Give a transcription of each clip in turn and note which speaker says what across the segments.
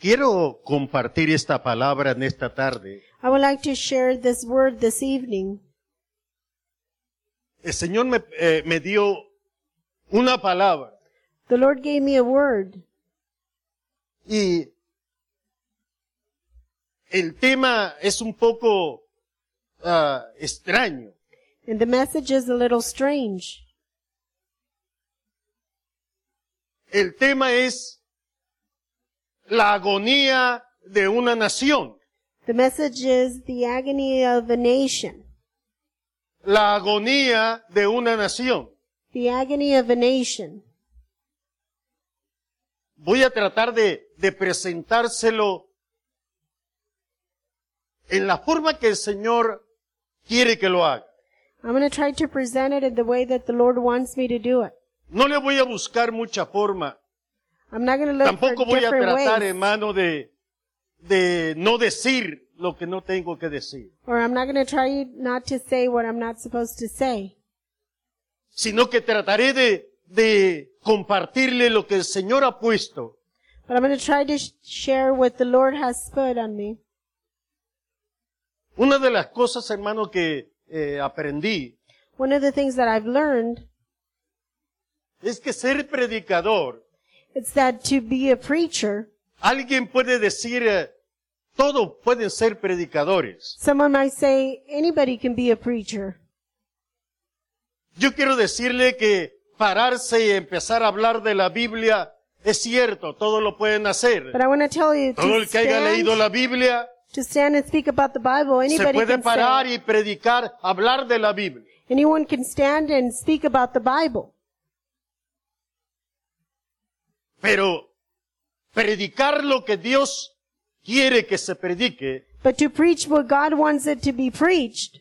Speaker 1: Quiero compartir esta palabra en esta tarde.
Speaker 2: I would like to share this word this evening.
Speaker 1: El Señor me, eh, me dio una palabra
Speaker 2: The Lord gave me a word,
Speaker 1: y el tema es un poco ah, extraño.
Speaker 2: and the message is a little strange.
Speaker 1: El tema es la agonía de una nación,
Speaker 2: The message is the agony of a nation.
Speaker 1: la agonía de una nación.
Speaker 2: The agony of a nation.
Speaker 1: Voy a tratar de, de presentárselo en la forma que el Señor quiere que lo haga.
Speaker 2: I'm going to try to present it in the way that the Lord wants me to do it.
Speaker 1: No le voy a buscar mucha forma.
Speaker 2: I'm not going to look
Speaker 1: Tampoco
Speaker 2: for
Speaker 1: voy a
Speaker 2: different
Speaker 1: tratar,
Speaker 2: ways,
Speaker 1: hermano, de, de no decir lo que no tengo que decir,
Speaker 2: or I'm not going to try not to say what I'm not supposed to say.
Speaker 1: sino que trataré de, de compartirle lo que el Señor ha puesto
Speaker 2: But I'm going to try to sh- share what the Lord has put on me.
Speaker 1: Una de las cosas, hermano, que eh, aprendí
Speaker 2: One of the things that I've learned
Speaker 1: es que ser predicador,
Speaker 2: is that to be a preacher,
Speaker 1: alguien puede decir, eh, todos pueden ser predicadores.
Speaker 2: someone might say anybody can be a preacher.
Speaker 1: Yo quiero decirle que pararse y empezar a hablar de la Biblia es cierto, todos lo pueden hacer.
Speaker 2: But I want to tell you
Speaker 1: Todo
Speaker 2: to
Speaker 1: el que haya leído
Speaker 2: stand,
Speaker 1: la Biblia
Speaker 2: to stand and speak about the Bible,
Speaker 1: se
Speaker 2: anybody
Speaker 1: puede
Speaker 2: can
Speaker 1: parar
Speaker 2: stand.
Speaker 1: y predicar, hablar de la Biblia.
Speaker 2: Anyone can stand and speak about the Bible.
Speaker 1: Pero predicar lo que Dios quiere que se predique
Speaker 2: But to preach what God wants it to be preached,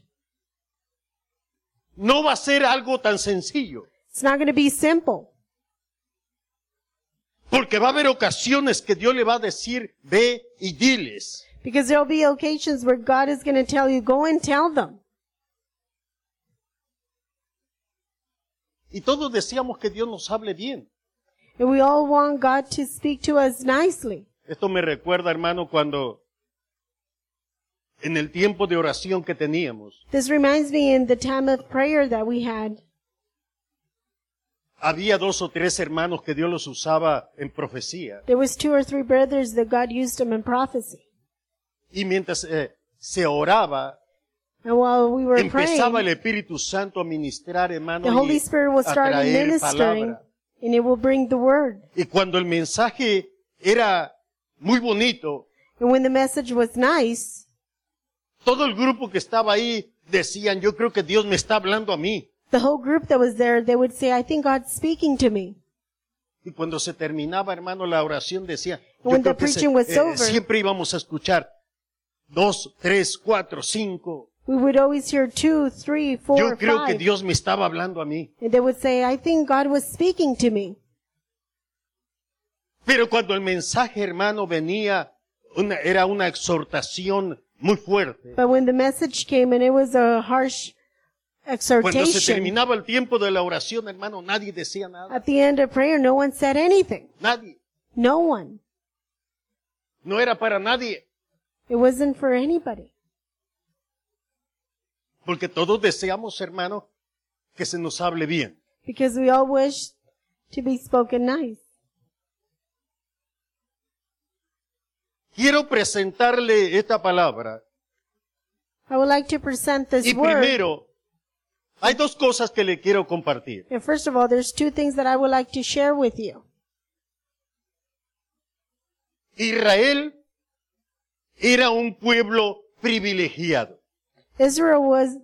Speaker 1: no va a ser algo tan sencillo.
Speaker 2: it's not going to be simple.
Speaker 1: Porque va a haber ocasiones que Dios le va a decir, ve y diles.
Speaker 2: Because there'll be occasions where God is going to tell you, go and tell them.
Speaker 1: Y todos decíamos que Dios nos hable bien.
Speaker 2: And we all want God to speak to us nicely.
Speaker 1: Esto me recuerda, hermano, cuando en el tiempo de oración que teníamos,
Speaker 2: This reminds me in the time of prayer that we had.
Speaker 1: había dos o tres hermanos que Dios los usaba en profecía.
Speaker 2: There was two or three brothers that God used them in prophecy.
Speaker 1: Y mientras eh, se oraba,
Speaker 2: And while we were praying,
Speaker 1: empezaba el Espíritu Santo a ministrar, hermano,
Speaker 2: the Holy
Speaker 1: y
Speaker 2: Spirit will
Speaker 1: a
Speaker 2: start
Speaker 1: traer
Speaker 2: ministering
Speaker 1: palabra.
Speaker 2: and it will bring the word.
Speaker 1: Y cuando el mensaje era muy bonito,
Speaker 2: And when the message was nice,
Speaker 1: Todo el grupo que estaba ahí decían, yo creo que Dios me está hablando a mí.
Speaker 2: the whole group that was there, they would say, I think God's speaking to me.
Speaker 1: Y cuando se terminaba, hermano, la oración decía, yo
Speaker 2: When
Speaker 1: creo
Speaker 2: the
Speaker 1: que se-
Speaker 2: preaching was
Speaker 1: eh,
Speaker 2: over.
Speaker 1: siempre íbamos a escuchar dos, tres, cuatro, cinco.
Speaker 2: We would always hear two, three, four,
Speaker 1: Yo creo que
Speaker 2: five.
Speaker 1: Dios me estaba hablando a mí.
Speaker 2: and they would say, I think God was speaking to me.
Speaker 1: Pero cuando el mensaje, hermano, venía, una- era una exhortación muy fuerte.
Speaker 2: But when the message came and it was a harsh
Speaker 1: Cuando se
Speaker 2: exhortation,
Speaker 1: terminaba el tiempo de la oración, hermano, nadie decía nada.
Speaker 2: at the end of prayer, no one said anything.
Speaker 1: Nadie.
Speaker 2: No one.
Speaker 1: No era para nadie.
Speaker 2: It wasn't for anybody.
Speaker 1: Porque todos deseamos, hermano, que se nos hable bien.
Speaker 2: Because we all wish to be spoken nice.
Speaker 1: Quiero presentarle esta palabra.
Speaker 2: I would like to present this
Speaker 1: Y
Speaker 2: word.
Speaker 1: primero, hay dos cosas que le quiero compartir.
Speaker 2: and first of all, there's two things that I would like to share with you.
Speaker 1: Israel era un pueblo privilegiado.
Speaker 2: Israel was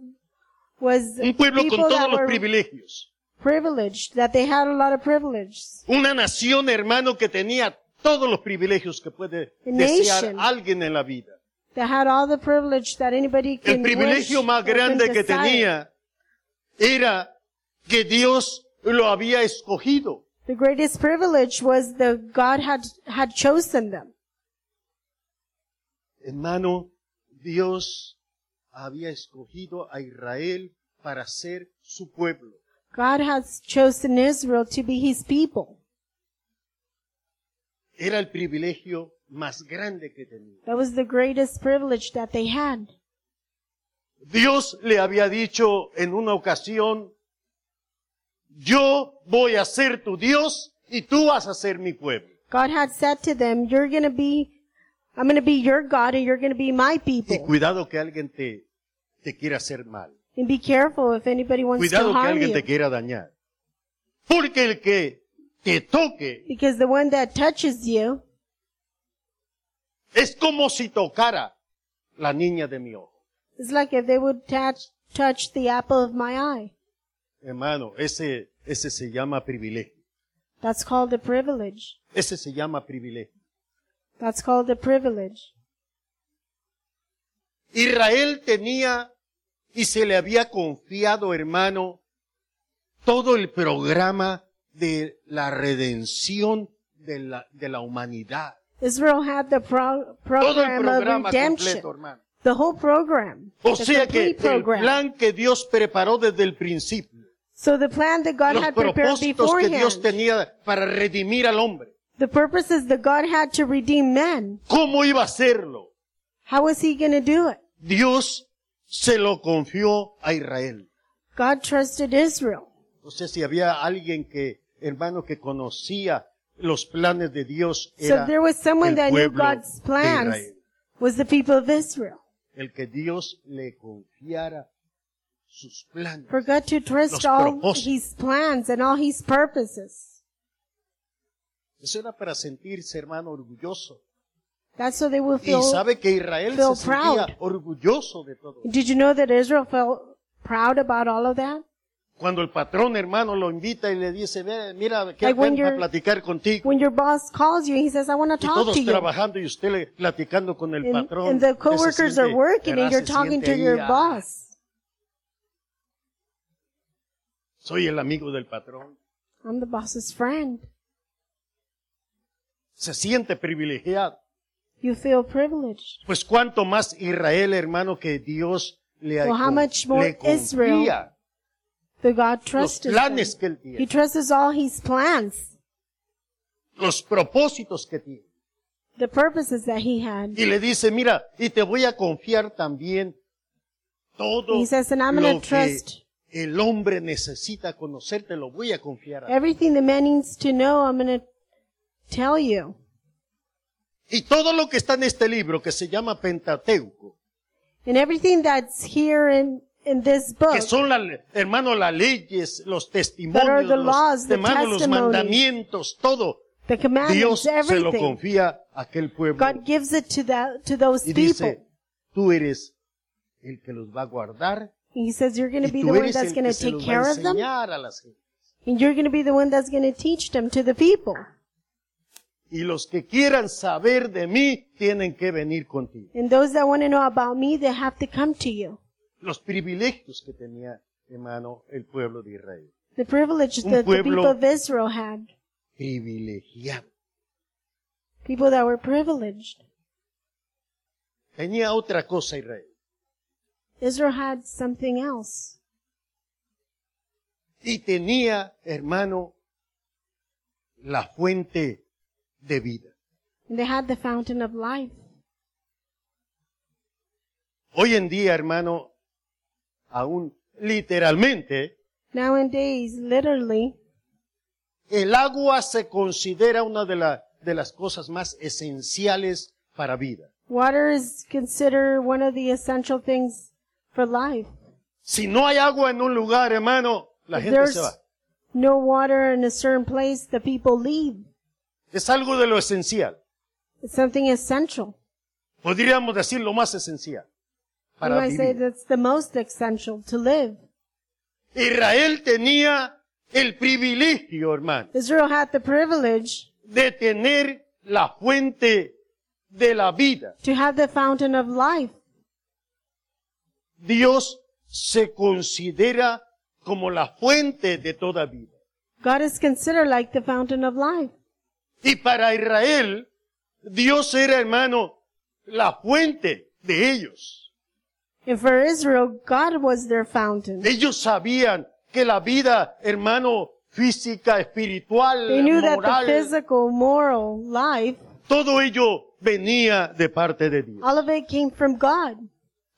Speaker 2: was
Speaker 1: Un pueblo
Speaker 2: people
Speaker 1: con todos
Speaker 2: that
Speaker 1: los
Speaker 2: were
Speaker 1: privilegios.
Speaker 2: privileged, that they had a lot of privilege.
Speaker 1: Una nación, hermano, que tenía todos los privilegios que puede
Speaker 2: A
Speaker 1: desear
Speaker 2: nation.
Speaker 1: alguien en la vida.
Speaker 2: That had all the privilege that anybody
Speaker 1: El
Speaker 2: can
Speaker 1: privilegio
Speaker 2: wish
Speaker 1: más
Speaker 2: or can
Speaker 1: grande que
Speaker 2: desire.
Speaker 1: tenía era que Dios lo había escogido.
Speaker 2: The greatest privilege was the God had had chosen them.
Speaker 1: Hermano, Dios había escogido a Israel para ser su pueblo.
Speaker 2: God has chosen Israel to be his people.
Speaker 1: Era el privilegio más grande que tenía.
Speaker 2: That was the greatest privilege that they had.
Speaker 1: Dios le había dicho en una ocasión, yo voy a ser tu Dios y tú vas a ser mi pueblo.
Speaker 2: God had said to them, You're going to be, I'm going to be your God and you're going to be my
Speaker 1: Y
Speaker 2: people.
Speaker 1: cuidado que alguien te, te quiera hacer mal.
Speaker 2: And be careful if anybody wants to
Speaker 1: Cuidado que
Speaker 2: harm
Speaker 1: alguien te
Speaker 2: you.
Speaker 1: quiera dañar. Porque el que te toque
Speaker 2: Because the one that touches you,
Speaker 1: es como si tocara la niña de mi ojo.
Speaker 2: It's like if they would touch, touch the apple of my eye.
Speaker 1: Hermano, ese, ese se llama privilegio.
Speaker 2: That's called a privilege.
Speaker 1: Ese se llama privilegio.
Speaker 2: That's called a privilege.
Speaker 1: Israel tenía y se le había confiado, hermano, todo el programa de la redención de la, de la humanidad.
Speaker 2: Israel had the pro-
Speaker 1: Todo el
Speaker 2: program of
Speaker 1: programa
Speaker 2: redemption.
Speaker 1: completo, hermano.
Speaker 2: The whole program.
Speaker 1: O
Speaker 2: the
Speaker 1: sea que
Speaker 2: complete
Speaker 1: el
Speaker 2: program.
Speaker 1: plan que Dios preparó desde el principio,
Speaker 2: so the plan that God
Speaker 1: los
Speaker 2: had prepared
Speaker 1: propósitos que
Speaker 2: beforehand.
Speaker 1: Dios tenía para redimir al hombre,
Speaker 2: the purposes that God had to redeem men.
Speaker 1: ¿cómo iba a hacerlo?
Speaker 2: How was he going to do it?
Speaker 1: Dios se lo confió a Israel.
Speaker 2: God trusted Israel.
Speaker 1: No sé si había alguien que, hermano, que conocía los planes de Dios.
Speaker 2: So
Speaker 1: Era
Speaker 2: there was someone
Speaker 1: el
Speaker 2: that knew
Speaker 1: pueblo
Speaker 2: God's
Speaker 1: de
Speaker 2: plans
Speaker 1: Israel.
Speaker 2: was the people of Israel.
Speaker 1: El que Dios le confiara sus planes.
Speaker 2: For God to
Speaker 1: Los
Speaker 2: trust all
Speaker 1: propósitos.
Speaker 2: His plans and all His purposes.
Speaker 1: Eso era para sentirse, hermano, orgulloso.
Speaker 2: That's so they will
Speaker 1: Y
Speaker 2: feel.
Speaker 1: sabe que Israel
Speaker 2: feel
Speaker 1: se sentía
Speaker 2: proud.
Speaker 1: orgulloso de todo.
Speaker 2: Did you know that Israel felt proud about all of that?
Speaker 1: Cuando el patrón, hermano, lo invita y le dice, "Ve, mira, que
Speaker 2: Like when
Speaker 1: vengo a
Speaker 2: your-
Speaker 1: platicar contigo.
Speaker 2: When your boss calls you, he says, "I want
Speaker 1: Y
Speaker 2: to talk to
Speaker 1: todos
Speaker 2: you,"
Speaker 1: trabajando y usted le- platicando con el
Speaker 2: and,
Speaker 1: patrón.
Speaker 2: and the
Speaker 1: usted se
Speaker 2: coworkers are
Speaker 1: siente,
Speaker 2: working,
Speaker 1: ¿verdad?
Speaker 2: and you're
Speaker 1: Se
Speaker 2: talking to
Speaker 1: siente
Speaker 2: your
Speaker 1: ahí, ah,
Speaker 2: boss.
Speaker 1: "Ah, Soy el amigo del patrón.
Speaker 2: I'm the boss's friend.
Speaker 1: Se siente privilegiado.
Speaker 2: You feel privileged.
Speaker 1: Pues cuánto más Israel, hermano, que Dios le,
Speaker 2: Well, how much more
Speaker 1: le confía
Speaker 2: Israel The God
Speaker 1: los
Speaker 2: trusts
Speaker 1: planes
Speaker 2: them.
Speaker 1: que él tiene,
Speaker 2: He trusts all His plans,
Speaker 1: los propósitos que tiene.
Speaker 2: the purposes that He had.
Speaker 1: Y le dice, mira, y te voy a confiar también todo
Speaker 2: He says, "And I'm gonna
Speaker 1: lo que
Speaker 2: trust-
Speaker 1: el hombre necesita conocer, te lo voy a confiar. a ti".
Speaker 2: Everything the man needs to know, I'm going to tell you.
Speaker 1: Y todo lo que está en este libro, que se llama Pentateuco,
Speaker 2: And everything that's here in in this book
Speaker 1: que son, la- hermano, las leyes, los
Speaker 2: are
Speaker 1: testimonios,
Speaker 2: the laws,
Speaker 1: los,
Speaker 2: the
Speaker 1: hermano, los
Speaker 2: testimonies.
Speaker 1: mandamientos, todo.
Speaker 2: The commandments,
Speaker 1: Dios se lo
Speaker 2: everything.
Speaker 1: confía a aquel pueblo.
Speaker 2: God gives it to that to those
Speaker 1: y
Speaker 2: people.
Speaker 1: dice, tú eres el que los va a guardar
Speaker 2: And he says you're going
Speaker 1: y
Speaker 2: to be
Speaker 1: tú
Speaker 2: the one
Speaker 1: eres
Speaker 2: that's
Speaker 1: el
Speaker 2: going
Speaker 1: que
Speaker 2: to
Speaker 1: se
Speaker 2: take
Speaker 1: los va a
Speaker 2: care of them,
Speaker 1: enseñar a las gentes.
Speaker 2: and you're going to be the one that's going to teach them to the people.
Speaker 1: Y los que quieran saber de mí tienen que venir contigo.
Speaker 2: And those that want to know about me, they have to come to you.
Speaker 1: Los privilegios que tenía, hermano, el pueblo de Israel.
Speaker 2: The privilege
Speaker 1: Un
Speaker 2: that the
Speaker 1: pueblo-
Speaker 2: people of Israel had,
Speaker 1: Privilegiado.
Speaker 2: people that were privileged.
Speaker 1: Tenía otra cosa Israel.
Speaker 2: Israel had something else,
Speaker 1: Y tenía, hermano, la fuente de vida.
Speaker 2: and they had the fountain of life.
Speaker 1: Hoy en día, hermano, aún literalmente,
Speaker 2: Nowadays, literally,
Speaker 1: el agua se considera una de, la- de las cosas más esenciales para vida.
Speaker 2: water is considered one of the essential things for life.
Speaker 1: Si no hay agua en un lugar, hermano, la
Speaker 2: If
Speaker 1: gente se
Speaker 2: there's
Speaker 1: va.
Speaker 2: no water in a certain place, the people leave.
Speaker 1: Es algo de lo esencial.
Speaker 2: It's something essential.
Speaker 1: Podríamos decir lo más esencial
Speaker 2: You
Speaker 1: para
Speaker 2: might say
Speaker 1: vivir.
Speaker 2: that's the most essential to live.
Speaker 1: Israel tenía el privilegio, hermano,
Speaker 2: Israel had the privilege
Speaker 1: de tener la fuente de la vida.
Speaker 2: to have the fountain of life.
Speaker 1: Dios se considera como la fuente de toda vida.
Speaker 2: God is considered like the fountain of life.
Speaker 1: Y para Israel, Dios era, hermano, la fuente de ellos.
Speaker 2: And for Israel, God was their fountain.
Speaker 1: Ellos sabían que la vida, hermano, física, espiritual,
Speaker 2: They knew that the
Speaker 1: moral,
Speaker 2: physical, moral life,
Speaker 1: todo ello venía de parte de Dios.
Speaker 2: All of it came from God.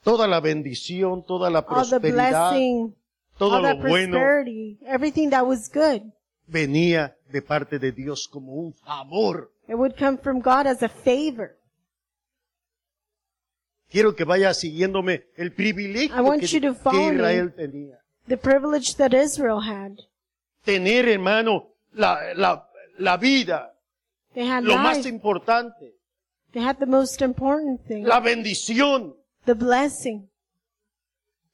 Speaker 1: Toda la bendición, toda la
Speaker 2: All the
Speaker 1: prosperidad,
Speaker 2: blessing,
Speaker 1: todo
Speaker 2: all
Speaker 1: lo
Speaker 2: that
Speaker 1: bueno
Speaker 2: prosperity, everything that was good.
Speaker 1: venía de parte de Dios como un favor.
Speaker 2: It would come from God as a favor.
Speaker 1: Quiero que vaya siguiéndome el privilegio
Speaker 2: I want
Speaker 1: que,
Speaker 2: you to
Speaker 1: que
Speaker 2: follow me.
Speaker 1: Israel tenía.
Speaker 2: The privilege that Israel had.
Speaker 1: Tener, hermano, la, la, la vida,
Speaker 2: They had
Speaker 1: lo más
Speaker 2: life.
Speaker 1: importante,
Speaker 2: They had the most important thing.
Speaker 1: la bendición,
Speaker 2: The blessing.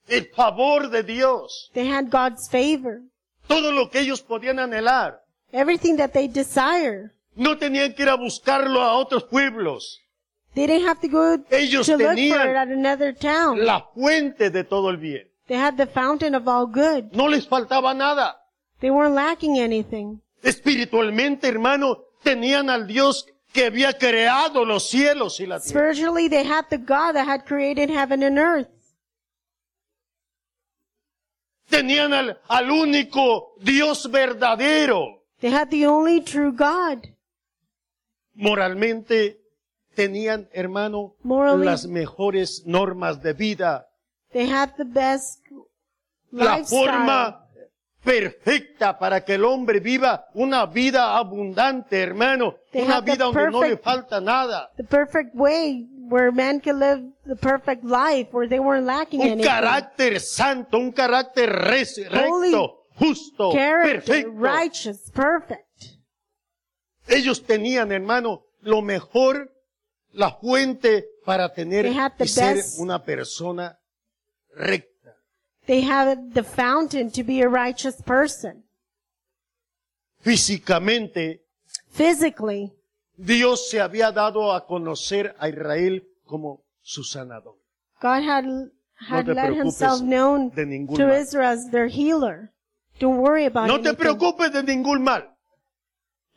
Speaker 1: el favor de Dios,
Speaker 2: They had God's favor.
Speaker 1: todo lo que ellos podían anhelar.
Speaker 2: Everything that they desire.
Speaker 1: No tenían que ir a buscarlo a otros pueblos.
Speaker 2: They didn't have to go
Speaker 1: Ellos
Speaker 2: to look
Speaker 1: tenían
Speaker 2: for it at another town.
Speaker 1: La fuente de todo el bien.
Speaker 2: They had the fountain of all good.
Speaker 1: No les faltaba nada.
Speaker 2: They weren't lacking anything.
Speaker 1: Espiritualmente, hermano, tenían al Dios que había creado los cielos y la tierra.
Speaker 2: Spiritually, they had the God that had created heaven and earth.
Speaker 1: Tenían al, al único Dios verdadero.
Speaker 2: They had the only true God.
Speaker 1: Moralmente, tenían, hermano,
Speaker 2: Morally.
Speaker 1: las mejores normas de vida.
Speaker 2: They had the best
Speaker 1: La
Speaker 2: lifestyle.
Speaker 1: forma perfecta para que el hombre viva una vida abundante, hermano.
Speaker 2: They
Speaker 1: una
Speaker 2: had the
Speaker 1: vida donde no le
Speaker 2: perfect-
Speaker 1: falta nada.
Speaker 2: The perfect way where man could live the perfect life where they weren't lacking
Speaker 1: un
Speaker 2: anything.
Speaker 1: carácter santo, un carácter res-
Speaker 2: Holy
Speaker 1: recto, justo,
Speaker 2: Character,
Speaker 1: perfecto.
Speaker 2: righteous, perfect.
Speaker 1: Ellos tenían, hermano, lo mejor, la fuente para tener
Speaker 2: They had the
Speaker 1: y ser
Speaker 2: best.
Speaker 1: una persona recta.
Speaker 2: They had the fountain to be a righteous person.
Speaker 1: Físicamente,
Speaker 2: Physically,
Speaker 1: Dios se había dado a conocer a Israel como su sanador.
Speaker 2: God had
Speaker 1: No
Speaker 2: had
Speaker 1: te
Speaker 2: let
Speaker 1: preocupes
Speaker 2: himself known
Speaker 1: de ningún
Speaker 2: to
Speaker 1: mal.
Speaker 2: Israel as their healer. Don't worry about
Speaker 1: No te
Speaker 2: anything.
Speaker 1: preocupes de ningún mal.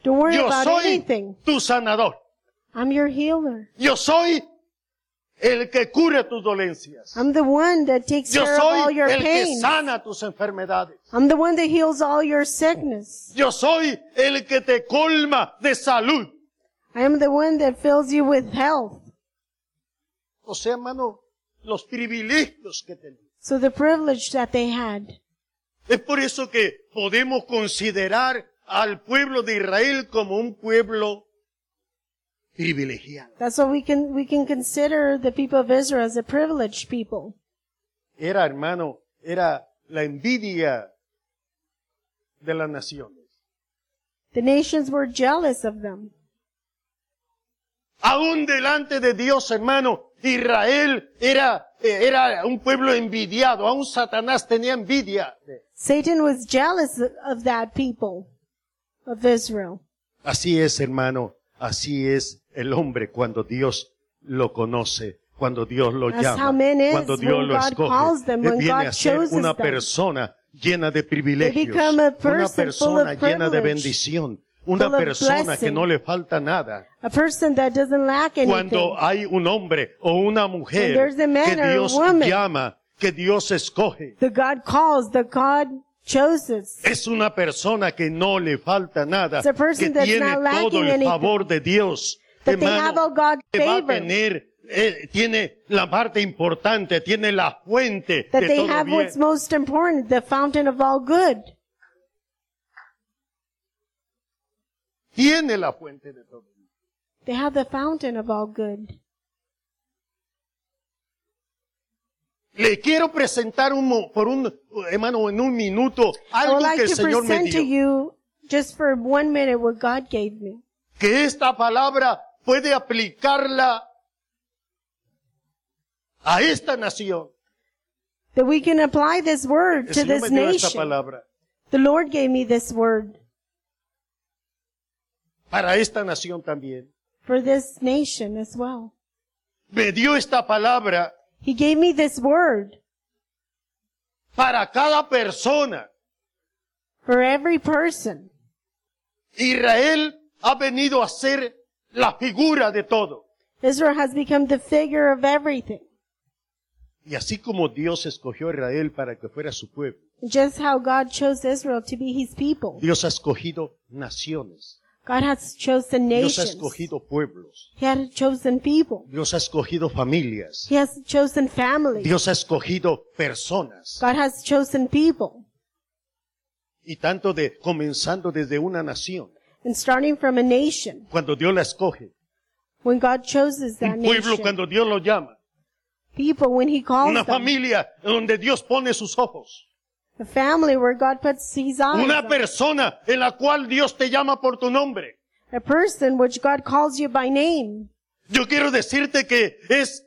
Speaker 2: Don't worry
Speaker 1: Yo
Speaker 2: about
Speaker 1: soy
Speaker 2: anything.
Speaker 1: tu sanador.
Speaker 2: I'm your healer.
Speaker 1: Yo soy el que cura tus dolencias.
Speaker 2: I'm the one that takes
Speaker 1: Yo
Speaker 2: care of Ah, all
Speaker 1: soy
Speaker 2: your
Speaker 1: el que
Speaker 2: pain.
Speaker 1: sana tus enfermedades.
Speaker 2: I'm the one that heals all your sickness.
Speaker 1: Yo soy el que te colma de salud.
Speaker 2: I am the one that fills you with health.
Speaker 1: O sea, hermano, los privilegios que tenemos.
Speaker 2: So the privilege that they had.
Speaker 1: Es por eso que podemos considerar al pueblo de Israel como un pueblo privilegiado.
Speaker 2: That's what we can, we can consider the people of Israel as a privileged people.
Speaker 1: Era, hermano, era la envidia de las naciones.
Speaker 2: The nations were jealous of them.
Speaker 1: Aún delante de Dios, hermano, Israel era, eh, era un pueblo envidiado. Aún Satanás tenía envidia de
Speaker 2: Satan was jealous of that people of Israel.
Speaker 1: Así es, hermano, así es el hombre cuando Dios lo conoce, cuando Dios lo
Speaker 2: That's
Speaker 1: llama,
Speaker 2: how men is
Speaker 1: cuando Dios
Speaker 2: when
Speaker 1: lo
Speaker 2: God calls
Speaker 1: escoge,
Speaker 2: them, when
Speaker 1: viene
Speaker 2: God
Speaker 1: a ser
Speaker 2: chooses
Speaker 1: una
Speaker 2: them.
Speaker 1: persona llena de privilegios,
Speaker 2: become a
Speaker 1: una
Speaker 2: person
Speaker 1: persona
Speaker 2: full of
Speaker 1: llena de
Speaker 2: privilege,
Speaker 1: bendición, una
Speaker 2: full of
Speaker 1: persona que
Speaker 2: blessing.
Speaker 1: no le falta nada.
Speaker 2: A person that doesn't lack anything.
Speaker 1: Cuando hay un hombre o una mujer
Speaker 2: When there's a man or
Speaker 1: que
Speaker 2: a
Speaker 1: Dios
Speaker 2: woman.
Speaker 1: llama, que Dios escoge,
Speaker 2: the God calls, the God chooses.
Speaker 1: es una persona que no le falta nada,
Speaker 2: It's a
Speaker 1: que
Speaker 2: person that's
Speaker 1: tiene
Speaker 2: not lacking
Speaker 1: todo el
Speaker 2: anything.
Speaker 1: favor de Dios.
Speaker 2: That they
Speaker 1: Hermano,
Speaker 2: have all God's
Speaker 1: que va a
Speaker 2: favor.
Speaker 1: tener, eh, tiene la parte importante, tiene la fuente
Speaker 2: That
Speaker 1: de
Speaker 2: they
Speaker 1: todo
Speaker 2: have
Speaker 1: bien.
Speaker 2: what's most important, the fountain of all good.
Speaker 1: Tiene la fuente de todo bien.
Speaker 2: They have the fountain of all good.
Speaker 1: Le quiero presentar un, mo- por un, hermano, en un minuto,
Speaker 2: I
Speaker 1: algo
Speaker 2: would like
Speaker 1: que el
Speaker 2: to
Speaker 1: Señor me
Speaker 2: present to
Speaker 1: dio.
Speaker 2: you, just for one minute, what God gave me.
Speaker 1: Que esta palabra puede aplicarla a esta nación.
Speaker 2: That we can apply this word
Speaker 1: El
Speaker 2: to
Speaker 1: Señor
Speaker 2: this
Speaker 1: me dio esta
Speaker 2: nation.
Speaker 1: palabra
Speaker 2: The Lord gave me this word
Speaker 1: para esta nación también.
Speaker 2: for this nation as well.
Speaker 1: me dio esta palabra
Speaker 2: He gave me this word
Speaker 1: para cada persona.
Speaker 2: for every person.
Speaker 1: Israel ha venido a ser la figura de todo.
Speaker 2: Israel has become the figure of everything.
Speaker 1: Y así como Dios escogió a Israel para que fuera su pueblo,
Speaker 2: Just how God chose Israel to be his people.
Speaker 1: Dios ha escogido naciones.
Speaker 2: God has chosen
Speaker 1: Dios ha
Speaker 2: nations.
Speaker 1: escogido pueblos.
Speaker 2: He has chosen people.
Speaker 1: Dios ha escogido familias.
Speaker 2: He has chosen families.
Speaker 1: Dios ha escogido personas.
Speaker 2: God has chosen people.
Speaker 1: Y tanto de, comenzando desde una nación.
Speaker 2: And starting from a nation,
Speaker 1: Cuando Dios la escoge.
Speaker 2: when God chooses that
Speaker 1: Un pueblo
Speaker 2: nation,
Speaker 1: cuando Dios lo llama.
Speaker 2: people when He calls
Speaker 1: Una
Speaker 2: them,
Speaker 1: familia donde Dios pone sus ojos.
Speaker 2: a family where God puts His eyes,
Speaker 1: Una
Speaker 2: on,
Speaker 1: persona en la cual Dios te llama por tu nombre.
Speaker 2: a person which God calls you by name.
Speaker 1: Yo quiero decirte que es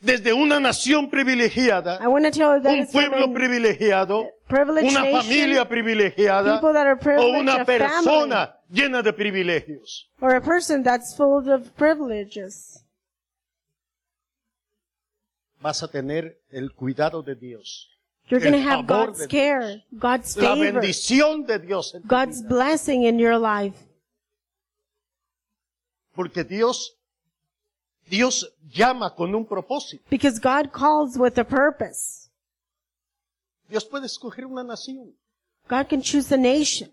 Speaker 1: desde una nación privilegiada,
Speaker 2: I want to tell you that
Speaker 1: un
Speaker 2: it's from
Speaker 1: pueblo
Speaker 2: a
Speaker 1: privilegiado,
Speaker 2: privileged
Speaker 1: una
Speaker 2: nation,
Speaker 1: familia privilegiada
Speaker 2: people that are
Speaker 1: o
Speaker 2: privileged,
Speaker 1: una
Speaker 2: a family,
Speaker 1: persona llena de privilegios.
Speaker 2: or a person that's full of privileges.
Speaker 1: vas a tener el cuidado de Dios,
Speaker 2: You're
Speaker 1: El
Speaker 2: going to have
Speaker 1: favor
Speaker 2: God's
Speaker 1: de Dios.
Speaker 2: care, God's
Speaker 1: la
Speaker 2: favor,
Speaker 1: bendición de Dios, en tu
Speaker 2: God's
Speaker 1: vida.
Speaker 2: blessing in your life.
Speaker 1: porque Dios, Dios llama con un propósito.
Speaker 2: Because God calls with a purpose.
Speaker 1: Dios puede escoger una nación.
Speaker 2: God can choose a nation.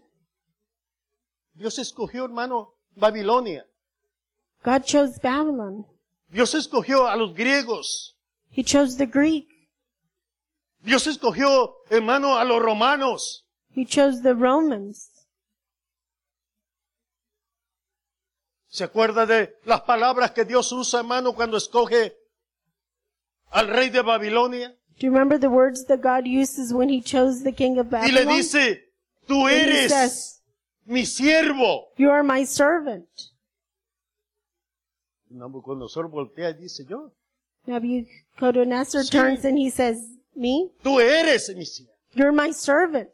Speaker 1: Dios escogió, hermano, Babilonia.
Speaker 2: God chose Babylon.
Speaker 1: Dios escogió a los griegos.
Speaker 2: He chose the Greek.
Speaker 1: Dios escogió, hermano, a los romanos.
Speaker 2: He chose the Romans.
Speaker 1: ¿Se acuerda de las palabras que Dios usa, hermano, cuando escoge al rey de Babilonia?
Speaker 2: Do you remember the words that God uses when he chose the king of
Speaker 1: Y le
Speaker 2: Babylon?
Speaker 1: dice, tú
Speaker 2: And he
Speaker 1: eres
Speaker 2: says,
Speaker 1: mi siervo.
Speaker 2: you are my servant.
Speaker 1: Nabucodonosor voltea y dice, yo,
Speaker 2: Nabucodonosor
Speaker 1: Sí.
Speaker 2: turns and he says, me?
Speaker 1: Tú eres mi siervo.
Speaker 2: You're my servant.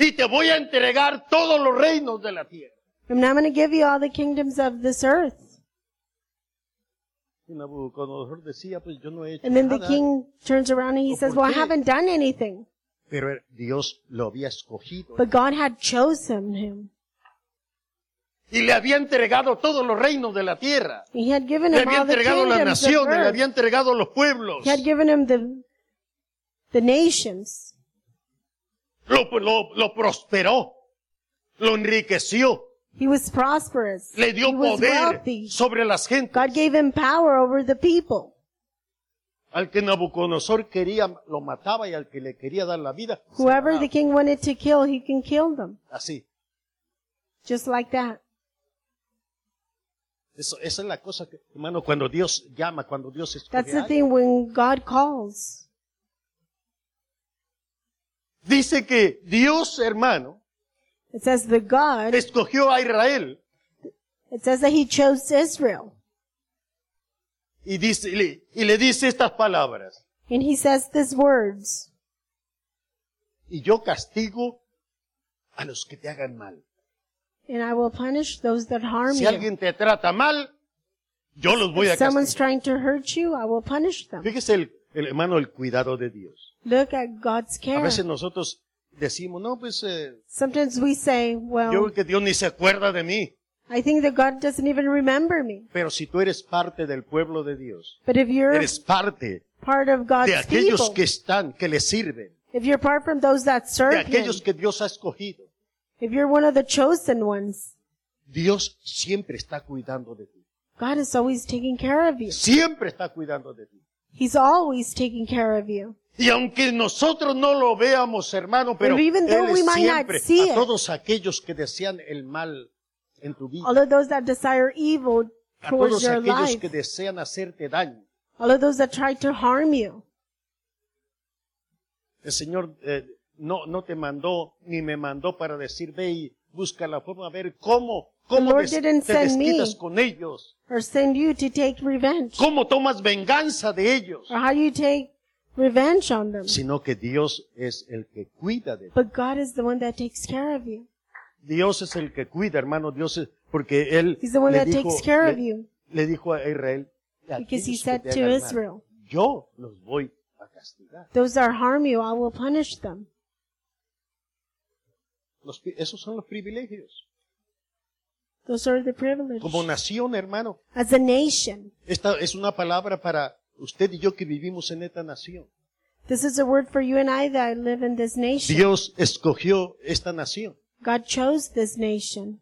Speaker 1: Y te voy a entregar todos los reinos de la tierra.
Speaker 2: I'm not going to give you all the kingdoms of this earth.
Speaker 1: Y Nabucodonosor decía, pues yo no he hecho
Speaker 2: And then the
Speaker 1: nada.
Speaker 2: king turns around and he
Speaker 1: ¿O
Speaker 2: says,
Speaker 1: por
Speaker 2: well, I
Speaker 1: qué?
Speaker 2: haven't done anything.
Speaker 1: Pero er- Dios lo había escogido.
Speaker 2: But God had chosen him.
Speaker 1: Y le había entregado todos los reinos de la tierra.
Speaker 2: He had given
Speaker 1: Le
Speaker 2: him
Speaker 1: había
Speaker 2: all the
Speaker 1: entregado las
Speaker 2: kingdoms of
Speaker 1: naciones, le
Speaker 2: earth.
Speaker 1: había entregado los pueblos.
Speaker 2: He had given him the, the nations.
Speaker 1: Lo, lo- lo prosperó. Lo enriqueció.
Speaker 2: He was prosperous.
Speaker 1: Le
Speaker 2: he
Speaker 1: dio
Speaker 2: was
Speaker 1: poder
Speaker 2: wealthy.
Speaker 1: sobre las gentes.
Speaker 2: God gave him power over the people.
Speaker 1: Al que Nabucodonosor quería, lo mataba y al que le quería dar la vida. se la
Speaker 2: Whoever the
Speaker 1: daba.
Speaker 2: king wanted to kill, he can kill them.
Speaker 1: Así.
Speaker 2: Just like that.
Speaker 1: Eso- esa es la cosa, que, hermano, cuando Dios llama, cuando Dios escoge.
Speaker 2: That's
Speaker 1: a
Speaker 2: the
Speaker 1: alguien.
Speaker 2: thing when God calls.
Speaker 1: Dice que Dios, hermano,
Speaker 2: It says the God,
Speaker 1: escogió a Israel
Speaker 2: it says that he chose Israel.
Speaker 1: y, dice, y, le, y le dice estas palabras.
Speaker 2: And he says these words,
Speaker 1: Y yo castigo a los que te hagan mal.
Speaker 2: and I will punish those that harm
Speaker 1: Si
Speaker 2: you.
Speaker 1: alguien te trata mal, yo los voy a
Speaker 2: If someone's
Speaker 1: castigar.
Speaker 2: trying to hurt you, I will punish them.
Speaker 1: Fíjese, el, el hermano, el cuidado de Dios.
Speaker 2: Look at God's
Speaker 1: A
Speaker 2: care.
Speaker 1: veces nosotros decimos, no, pues eh,
Speaker 2: Sometimes we say,
Speaker 1: yo
Speaker 2: well,
Speaker 1: creo que Dios ni se acuerda de mí.
Speaker 2: I think that God doesn't even remember me.
Speaker 1: Pero si tú eres parte del pueblo de Dios,
Speaker 2: But if you're
Speaker 1: eres parte
Speaker 2: part of God's
Speaker 1: de aquellos
Speaker 2: people,
Speaker 1: que están, que le sirven,
Speaker 2: if you're part from those that
Speaker 1: de
Speaker 2: serve Him,
Speaker 1: aquellos que Dios ha escogido,
Speaker 2: if you're one of the chosen ones,
Speaker 1: Dios siempre está cuidando de ti.
Speaker 2: God is always taking care of you.
Speaker 1: Siempre está cuidando de ti.
Speaker 2: He's always taking care of you.
Speaker 1: Y aunque nosotros no lo veamos, hermano, pero
Speaker 2: But even though
Speaker 1: Él
Speaker 2: we might not
Speaker 1: siempre
Speaker 2: see
Speaker 1: a
Speaker 2: it.
Speaker 1: todos aquellos que desean el mal en tu vida,
Speaker 2: All of those that desire evil
Speaker 1: a
Speaker 2: towards
Speaker 1: todos
Speaker 2: your
Speaker 1: aquellos
Speaker 2: life,
Speaker 1: que desean hacerte daño,
Speaker 2: all of those that try to harm you,
Speaker 1: el Señor eh, no, no te mandó ni me mandó para decir, ve y busca la forma, a ver cómo, cómo
Speaker 2: Lord
Speaker 1: des-
Speaker 2: didn't
Speaker 1: te
Speaker 2: send me.
Speaker 1: desquitas con ellos,
Speaker 2: or send you to take revenge,
Speaker 1: cómo tomas venganza de ellos,
Speaker 2: or how you take revenge on them.
Speaker 1: sino que Dios es el que cuida de ti.
Speaker 2: But God is the one that takes care of you.
Speaker 1: Dios es el que cuida, hermano. Dios es, porque él
Speaker 2: He's the one
Speaker 1: le
Speaker 2: that
Speaker 1: dijo,
Speaker 2: takes care
Speaker 1: le-
Speaker 2: of you.
Speaker 1: le dijo a Israel, "A
Speaker 2: Because he
Speaker 1: aquellos que
Speaker 2: said
Speaker 1: te
Speaker 2: to
Speaker 1: hagan mal,
Speaker 2: Israel,
Speaker 1: yo los voy a castigar.
Speaker 2: Those that harm you, I will punish them.
Speaker 1: Los pri- esos son los privilegios.
Speaker 2: Those are the privileges.
Speaker 1: Como nación, hermano,
Speaker 2: As a nation,
Speaker 1: esta es una palabra para usted y yo que vivimos en esta nación.
Speaker 2: this is a word for you and I that live in this nation.
Speaker 1: Dios escogió esta nación.
Speaker 2: God chose this nation.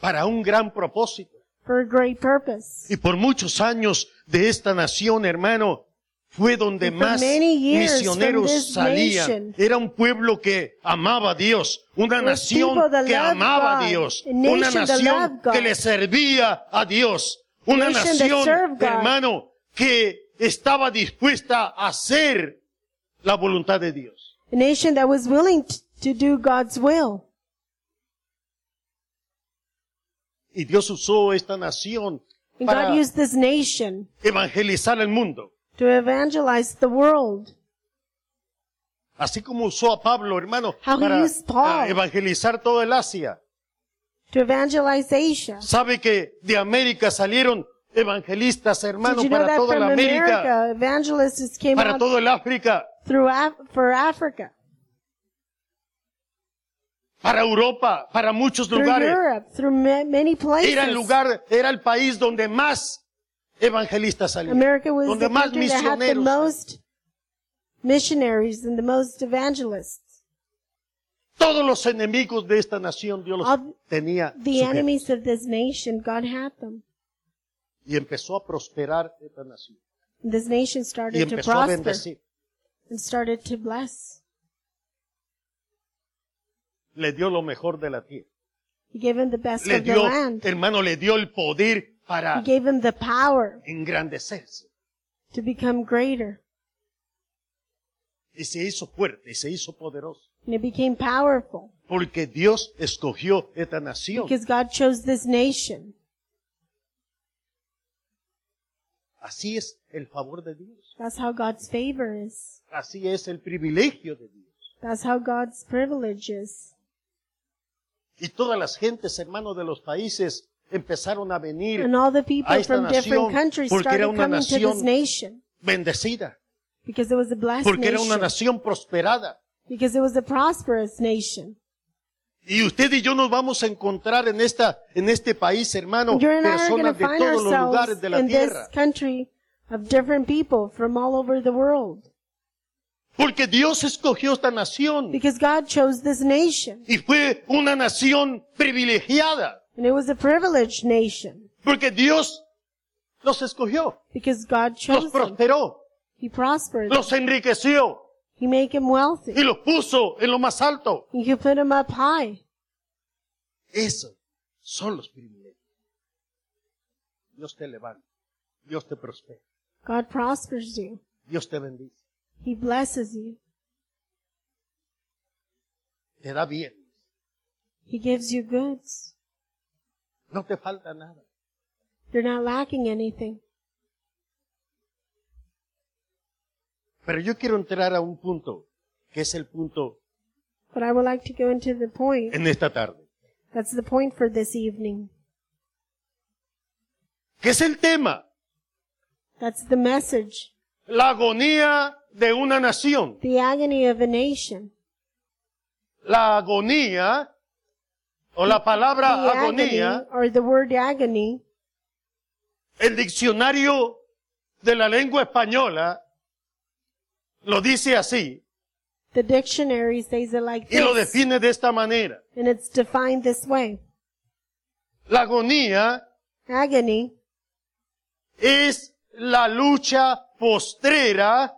Speaker 1: para un gran propósito.
Speaker 2: for a great purpose.
Speaker 1: Y por muchos años de esta nación, hermano, fue donde
Speaker 2: And for
Speaker 1: más
Speaker 2: many years from
Speaker 1: misioneros
Speaker 2: this
Speaker 1: salían.
Speaker 2: nation.
Speaker 1: Era un pueblo que amaba a Dios, una
Speaker 2: It was
Speaker 1: nación
Speaker 2: people that
Speaker 1: que
Speaker 2: loved
Speaker 1: amaba a
Speaker 2: God,
Speaker 1: Dios,
Speaker 2: a
Speaker 1: una
Speaker 2: nation that
Speaker 1: nación
Speaker 2: loved God.
Speaker 1: que le servía a Dios, una
Speaker 2: Nation that
Speaker 1: nación,
Speaker 2: served God.
Speaker 1: hermano, que estaba dispuesta a hacer la voluntad de Dios.
Speaker 2: A nation that was willing t- to do God's will.
Speaker 1: Y Dios usó esta nación
Speaker 2: And
Speaker 1: para
Speaker 2: God used this nation
Speaker 1: evangelizar el mundo.
Speaker 2: to evangelize the world.
Speaker 1: Así como usó a Pablo, hermano,
Speaker 2: How he
Speaker 1: para
Speaker 2: used Paul.
Speaker 1: ah, evangelizar todo el Asia.
Speaker 2: To evangelize Asia.
Speaker 1: ¿Sabe que de América salieron evangelistas, hermano,
Speaker 2: Did you know
Speaker 1: para
Speaker 2: that
Speaker 1: toda
Speaker 2: from
Speaker 1: la América,
Speaker 2: America, evangelists came
Speaker 1: para
Speaker 2: out
Speaker 1: todo el África,
Speaker 2: through Af- for Africa,
Speaker 1: para Europa, para muchos
Speaker 2: through
Speaker 1: lugares?
Speaker 2: Europe, through ma- many places?
Speaker 1: Era el lugar, era el país donde más evangelistas salieron,
Speaker 2: America was
Speaker 1: donde
Speaker 2: the
Speaker 1: más
Speaker 2: country that had the
Speaker 1: misioneros.
Speaker 2: most missionaries and the most evangelists.
Speaker 1: Todos los enemigos de esta nación Dios los
Speaker 2: Of-
Speaker 1: tenía
Speaker 2: The
Speaker 1: sujetos.
Speaker 2: enemies of this nation, God had them.
Speaker 1: y empezó a prosperar esta nación
Speaker 2: And this nation
Speaker 1: y
Speaker 2: started to
Speaker 1: empezó a
Speaker 2: prosper
Speaker 1: bendecir.
Speaker 2: and started to bless.
Speaker 1: Le dio lo mejor de la tierra.
Speaker 2: He gave him the best
Speaker 1: le
Speaker 2: of the
Speaker 1: dio,
Speaker 2: land.
Speaker 1: hermano, le dio el poder
Speaker 2: He
Speaker 1: para
Speaker 2: gave him the power
Speaker 1: engrandecerse.
Speaker 2: to become greater.
Speaker 1: Y se hizo fuerte, y se hizo poderoso.
Speaker 2: And he became powerful
Speaker 1: Porque Dios escogió esta nación.
Speaker 2: because God chose this nation.
Speaker 1: Así es el favor de Dios.
Speaker 2: That's how God's favor is.
Speaker 1: Así es el privilegio de Dios.
Speaker 2: That's how God's privilege is.
Speaker 1: Y todas las gentes, hermanos, de los países empezaron a venir
Speaker 2: And all the
Speaker 1: a
Speaker 2: people
Speaker 1: esta
Speaker 2: from different
Speaker 1: nación,
Speaker 2: countries
Speaker 1: porque era
Speaker 2: started
Speaker 1: una
Speaker 2: coming to this
Speaker 1: nación
Speaker 2: nation
Speaker 1: bendecida.
Speaker 2: because it was a blessed
Speaker 1: Porque era una
Speaker 2: nation.
Speaker 1: nación prosperada.
Speaker 2: Because it was a prosperous nation.
Speaker 1: Y usted y yo nos vamos a encontrar en esta, en este país, hermano,
Speaker 2: You and I are going to
Speaker 1: personas de
Speaker 2: find
Speaker 1: todos los lugares
Speaker 2: ourselves
Speaker 1: de la
Speaker 2: in this
Speaker 1: tierra.
Speaker 2: country of different people from all over the world
Speaker 1: Porque Dios escogió esta nación.
Speaker 2: because God chose this nation
Speaker 1: Y fue una nación privilegiada,
Speaker 2: and it was a privileged nation
Speaker 1: porque Dios los escogió,
Speaker 2: because God
Speaker 1: los
Speaker 2: chose them.
Speaker 1: prosperó,
Speaker 2: He prospered. them.
Speaker 1: los enriqueció
Speaker 2: He made him wealthy.
Speaker 1: y los puso en lo más alto.
Speaker 2: He could put him up high.
Speaker 1: Eso son los privilegios. Dios te levanta, Dios te prospera,
Speaker 2: God prospers you.
Speaker 1: Dios te bendice,
Speaker 2: He blesses you.
Speaker 1: te da bien,
Speaker 2: He gives you goods.
Speaker 1: no te falta nada.
Speaker 2: You're not lacking anything.
Speaker 1: Pero yo quiero entrar a un punto, que es el punto
Speaker 2: But I would like to go into the point.
Speaker 1: en esta tarde,
Speaker 2: That's the point for this evening.
Speaker 1: que es el tema,
Speaker 2: That's the message.
Speaker 1: la agonía de una nación.
Speaker 2: The agony of a nation.
Speaker 1: la agonía o la
Speaker 2: The
Speaker 1: palabra
Speaker 2: agony,
Speaker 1: agonía,
Speaker 2: or the word agony,
Speaker 1: el diccionario de la lengua española lo dice así
Speaker 2: the dictionary says it like
Speaker 1: y lo
Speaker 2: this.
Speaker 1: define de esta manera.
Speaker 2: And it's defined this way.
Speaker 1: La agonía
Speaker 2: Agony
Speaker 1: es la lucha postrera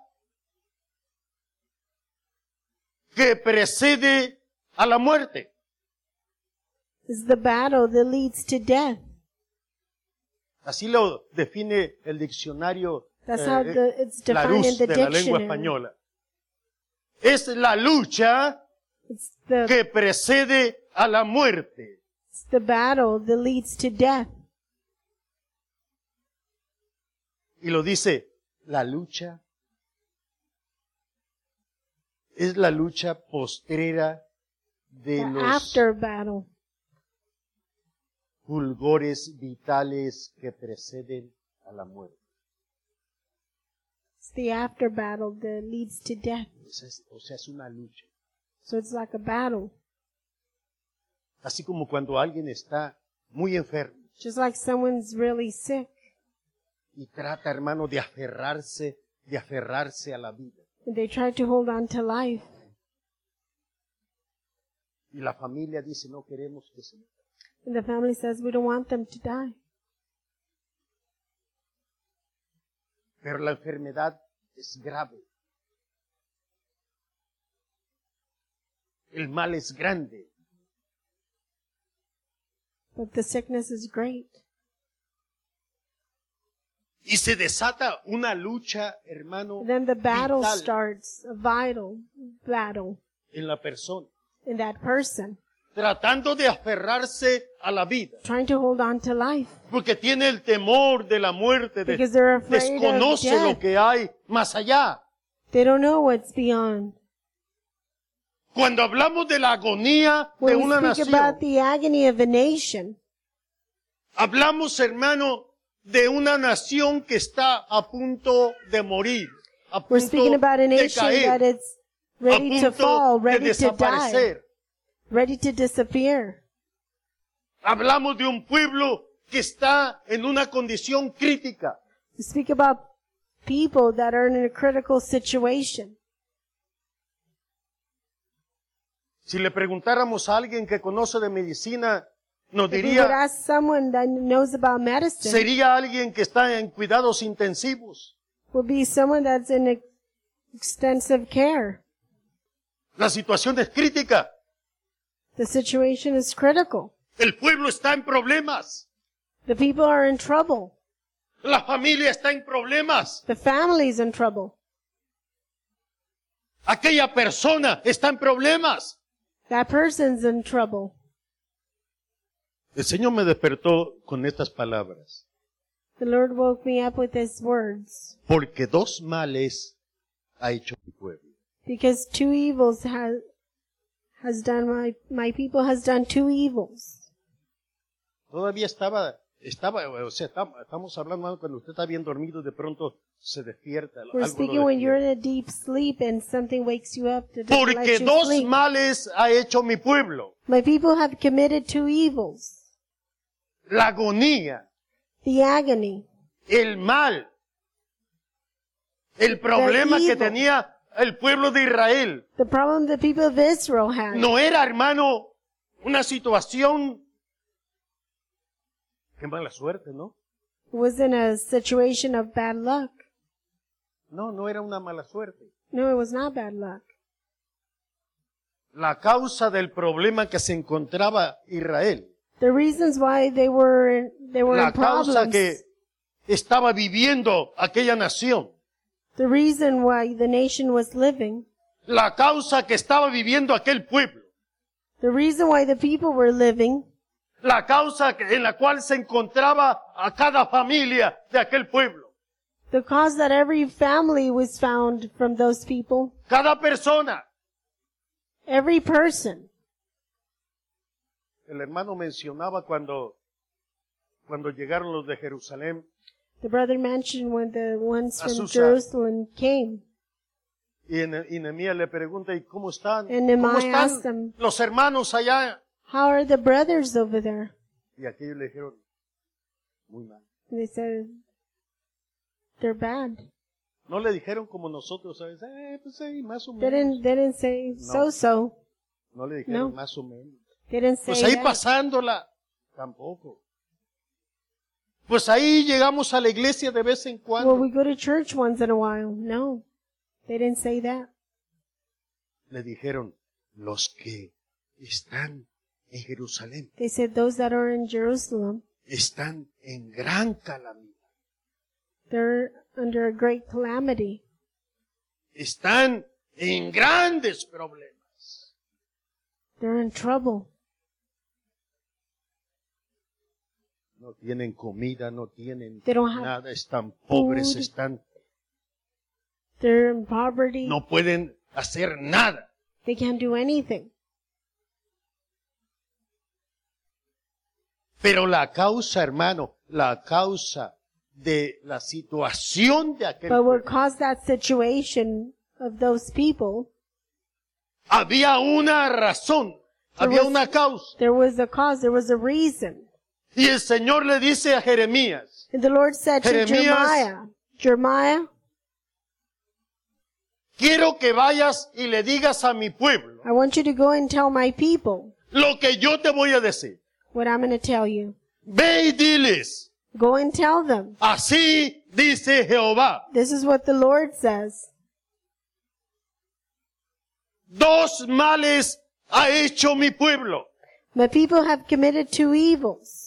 Speaker 1: que precede a la muerte.
Speaker 2: is the battle that leads to death.
Speaker 1: Así lo define el diccionario
Speaker 2: That's
Speaker 1: eh,
Speaker 2: how the, it's
Speaker 1: la
Speaker 2: defined in
Speaker 1: luz
Speaker 2: the
Speaker 1: de la lengua
Speaker 2: dictionary.
Speaker 1: española. Es la lucha
Speaker 2: It's the,
Speaker 1: que precede a la muerte.
Speaker 2: it's the battle that leads to death.
Speaker 1: Y lo dice, la lucha es la lucha postrera de
Speaker 2: The
Speaker 1: los
Speaker 2: after battle.
Speaker 1: fulgores vitales que preceden a la muerte.
Speaker 2: It's the after battle that leads to death.
Speaker 1: O sea, es- o sea, es una lucha.
Speaker 2: So it's like a battle.
Speaker 1: Así como cuando alguien está muy enfermo
Speaker 2: Just like someone's really sick
Speaker 1: y trata, hermano, de aferrarse, de aferrarse a la vida.
Speaker 2: and they try to hold on to life.
Speaker 1: Y la familia dice, no queremos que se
Speaker 2: And the family says, we don't want them to die.
Speaker 1: Pero la enfermedad es grave. El mal es grande.
Speaker 2: But the sickness is great.
Speaker 1: Y se desata una lucha, hermano,
Speaker 2: And then the battle
Speaker 1: vital
Speaker 2: starts, a vital battle
Speaker 1: en la persona.
Speaker 2: in that person,
Speaker 1: Tratando de aferrarse a la vida.
Speaker 2: trying to hold on to life
Speaker 1: Porque tiene el temor de la muerte. de-
Speaker 2: because they're afraid of
Speaker 1: desconoce lo
Speaker 2: death.
Speaker 1: que hay más allá.
Speaker 2: They don't know what's beyond.
Speaker 1: Cuando hablamos de la agonía de
Speaker 2: When
Speaker 1: una
Speaker 2: we speak about
Speaker 1: nación,
Speaker 2: the agony of a nation,
Speaker 1: hablamos, hermano, de una nación que está a punto de morir, a
Speaker 2: we're
Speaker 1: punto
Speaker 2: speaking about a
Speaker 1: de
Speaker 2: nation that
Speaker 1: caer,
Speaker 2: it's
Speaker 1: a
Speaker 2: ready to
Speaker 1: punto
Speaker 2: fall,
Speaker 1: de
Speaker 2: ready to die,
Speaker 1: desaparecer.
Speaker 2: ready to disappear.
Speaker 1: Hablamos de un pueblo que está en una condición crítica.
Speaker 2: We speak about people that are in a critical situation.
Speaker 1: Si le preguntáramos a alguien que conoce de medicina, nos
Speaker 2: If we would
Speaker 1: diría,
Speaker 2: ask someone that knows about medicine,
Speaker 1: sería alguien que está en cuidados intensivos.
Speaker 2: would be someone that's in ex- extensive care.
Speaker 1: La situación es crítica.
Speaker 2: The situation is critical.
Speaker 1: El pueblo está en problemas.
Speaker 2: The people are in trouble.
Speaker 1: La familia está en problemas.
Speaker 2: The family's in trouble.
Speaker 1: Aquella persona está en problemas.
Speaker 2: That person's in trouble.
Speaker 1: El Señor me despertó con estas palabras.
Speaker 2: The Lord woke me up with his words
Speaker 1: Porque dos males ha hecho mi pueblo.
Speaker 2: because two evils has has done my my people has done two evils.
Speaker 1: Todavía estaba, estaba, o sea, tam- estamos hablando algo cuando usted está bien dormido, de pronto se despierta. algo
Speaker 2: We're
Speaker 1: lo
Speaker 2: speaking when you're in
Speaker 1: despierta.
Speaker 2: a deep sleep and something wakes you up to don't
Speaker 1: Porque
Speaker 2: let you
Speaker 1: dos
Speaker 2: sleep.
Speaker 1: males ha hecho mi pueblo.
Speaker 2: My people have committed two evils:
Speaker 1: La agonía,
Speaker 2: the agony,
Speaker 1: el mal, el problema que
Speaker 2: evil.
Speaker 1: tenía el pueblo de Israel.
Speaker 2: the problem the people of Israel had.
Speaker 1: No era, hermano, una situación. Qué mala suerte, ¿no?
Speaker 2: It was in a situation of bad luck.
Speaker 1: No, no era una mala suerte.
Speaker 2: No, it was not bad luck.
Speaker 1: La causa del problema que se encontraba Israel,
Speaker 2: The reasons why they were they were
Speaker 1: la
Speaker 2: in
Speaker 1: causa
Speaker 2: problems.
Speaker 1: que estaba viviendo aquella nación,
Speaker 2: The reason why the nation was living.
Speaker 1: la causa que estaba viviendo aquel pueblo,
Speaker 2: The reason why the people were living.
Speaker 1: la causa que- en la cual se encontraba a cada familia de aquel pueblo,
Speaker 2: The cause that every family was found from those people.
Speaker 1: cada persona.
Speaker 2: Every person.
Speaker 1: El hermano mencionaba cuando, cuando llegaron los de Jerusalén,
Speaker 2: The brother mentioned when the ones from
Speaker 1: Azusa.
Speaker 2: Jerusalem came.
Speaker 1: Y, en- y Nehemías le pregunta, ¿y cómo están?
Speaker 2: And
Speaker 1: ¿Cómo
Speaker 2: Nehemiah asked
Speaker 1: están
Speaker 2: them-
Speaker 1: los hermanos allá?
Speaker 2: How are the brothers over there?
Speaker 1: Y aquellos le dijeron, muy mal.
Speaker 2: And they said, they're bad.
Speaker 1: No le dijeron como nosotros, ¿sabes? Eh, pues sí, más o
Speaker 2: They
Speaker 1: menos.
Speaker 2: didn't, they didn't say
Speaker 1: No.
Speaker 2: so so.
Speaker 1: No le dijeron
Speaker 2: No.
Speaker 1: más o menos.
Speaker 2: They didn't say
Speaker 1: Pues ahí
Speaker 2: that.
Speaker 1: pasándola, tampoco. Pues ahí llegamos a la iglesia de vez en cuando.
Speaker 2: Well, we go to church once in a while. No, they didn't say that.
Speaker 1: Le dijeron, los que están en Jerusalén
Speaker 2: They said those that are in Jerusalem,
Speaker 1: están en gran calamidad.
Speaker 2: they're under a great calamity.
Speaker 1: Están en grandes problemas.
Speaker 2: They're in trouble.
Speaker 1: No tienen comida, no tienen
Speaker 2: They don't have
Speaker 1: nada, están pobres,
Speaker 2: food.
Speaker 1: están,
Speaker 2: They're in poverty.
Speaker 1: no pueden hacer nada.
Speaker 2: They can't do anything.
Speaker 1: Pero la causa, hermano, la causa de la situación de aquel
Speaker 2: But
Speaker 1: pueblo,
Speaker 2: what caused that situation of those people,
Speaker 1: había una razón,
Speaker 2: There
Speaker 1: había
Speaker 2: was-
Speaker 1: una causa.
Speaker 2: there was a cause, there was a reason.
Speaker 1: Y el Señor le dice a Jeremías,
Speaker 2: And the Lord said to
Speaker 1: Jeremías-
Speaker 2: Jeremiah, Jeremiah,
Speaker 1: quiero que vayas y le digas a mi pueblo
Speaker 2: I want you to go and tell my people
Speaker 1: lo que yo te voy a decir.
Speaker 2: what I'm going to tell you.
Speaker 1: Ve y diles,
Speaker 2: Go and tell them.
Speaker 1: así dice Jehová,
Speaker 2: This is what the Lord says.
Speaker 1: dos males ha hecho mi pueblo.
Speaker 2: My people have committed two evils,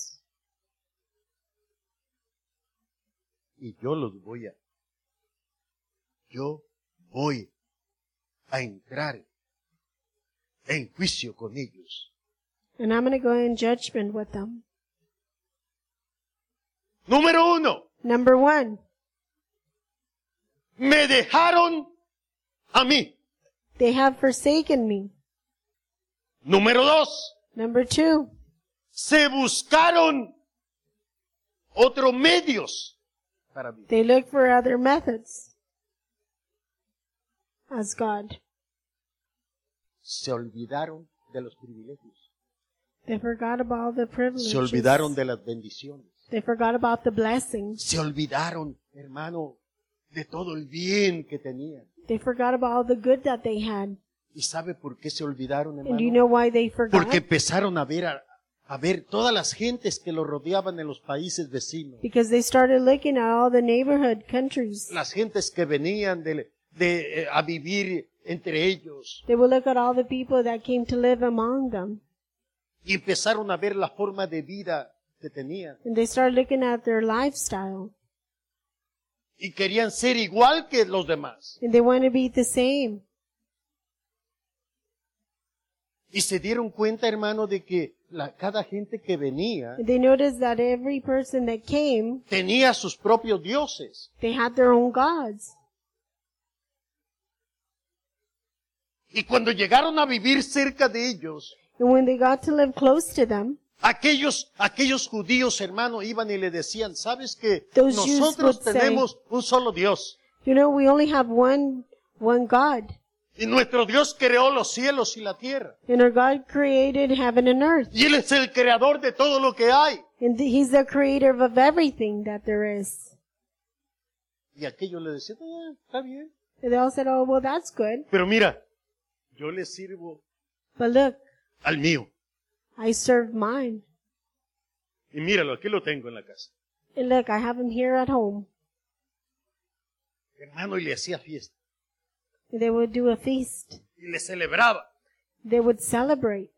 Speaker 1: Y yo los voy a, yo voy a entrar en juicio con ellos.
Speaker 2: and I'm going to go in judgment with them.
Speaker 1: Número uno,
Speaker 2: Number one,
Speaker 1: me dejaron a mí.
Speaker 2: they have forsaken me.
Speaker 1: Número dos,
Speaker 2: Number two,
Speaker 1: se buscaron otros medios para mí.
Speaker 2: they look for other methods as God.
Speaker 1: Se olvidaron de los privilegios.
Speaker 2: They forgot about the privileges.
Speaker 1: Se olvidaron de las bendiciones.
Speaker 2: They forgot about the blessings.
Speaker 1: Se olvidaron, hermano, de todo el bien que tenían.
Speaker 2: They forgot about all the good that they had.
Speaker 1: ¿Y sabe por qué se olvidaron,
Speaker 2: And do you
Speaker 1: hermano?
Speaker 2: know why they forgot?
Speaker 1: Porque empezaron a ver a, a ver todas las gentes que los rodeaban en los países vecinos.
Speaker 2: Because they started looking at all the neighborhood countries.
Speaker 1: Las gentes que venían de, de, eh, a vivir entre ellos.
Speaker 2: They would look at all the people that came to live among them.
Speaker 1: Y empezaron a ver la forma de vida que tenían.
Speaker 2: And they started looking at their lifestyle.
Speaker 1: y querían ser igual que los demás.
Speaker 2: And they want to be the same.
Speaker 1: Y se dieron cuenta, hermano, de que la, cada gente que venía
Speaker 2: And they noticed that every person that came,
Speaker 1: tenía sus propios dioses
Speaker 2: they had their own gods.
Speaker 1: y cuando llegaron a vivir cerca de ellos,
Speaker 2: And when they got to live close to them,
Speaker 1: aquellos aquellos judíos, hermano, iban y le decían, "¿Sabes que
Speaker 2: Those Jews
Speaker 1: nosotros
Speaker 2: would say-
Speaker 1: tenemos un solo Dios
Speaker 2: you know, we only have one, one God.
Speaker 1: y nuestro Dios creó los cielos y la tierra
Speaker 2: And our God created heaven and earth.
Speaker 1: y él es el creador de todo lo que hay."
Speaker 2: And th- He's the creator of everything that there is.
Speaker 1: Y aquellos le decían, "Ah, "Está bien,
Speaker 2: And they all said, oh, well, that's good.
Speaker 1: pero mira, yo le sirvo
Speaker 2: But look,
Speaker 1: al mío
Speaker 2: I serve mine.
Speaker 1: y míralo, aquí lo tengo en la casa."
Speaker 2: And look, I have him here at home.
Speaker 1: hermano, y le hacía fiesta,
Speaker 2: And They would do a feast.
Speaker 1: y le celebraba.
Speaker 2: They would celebrate.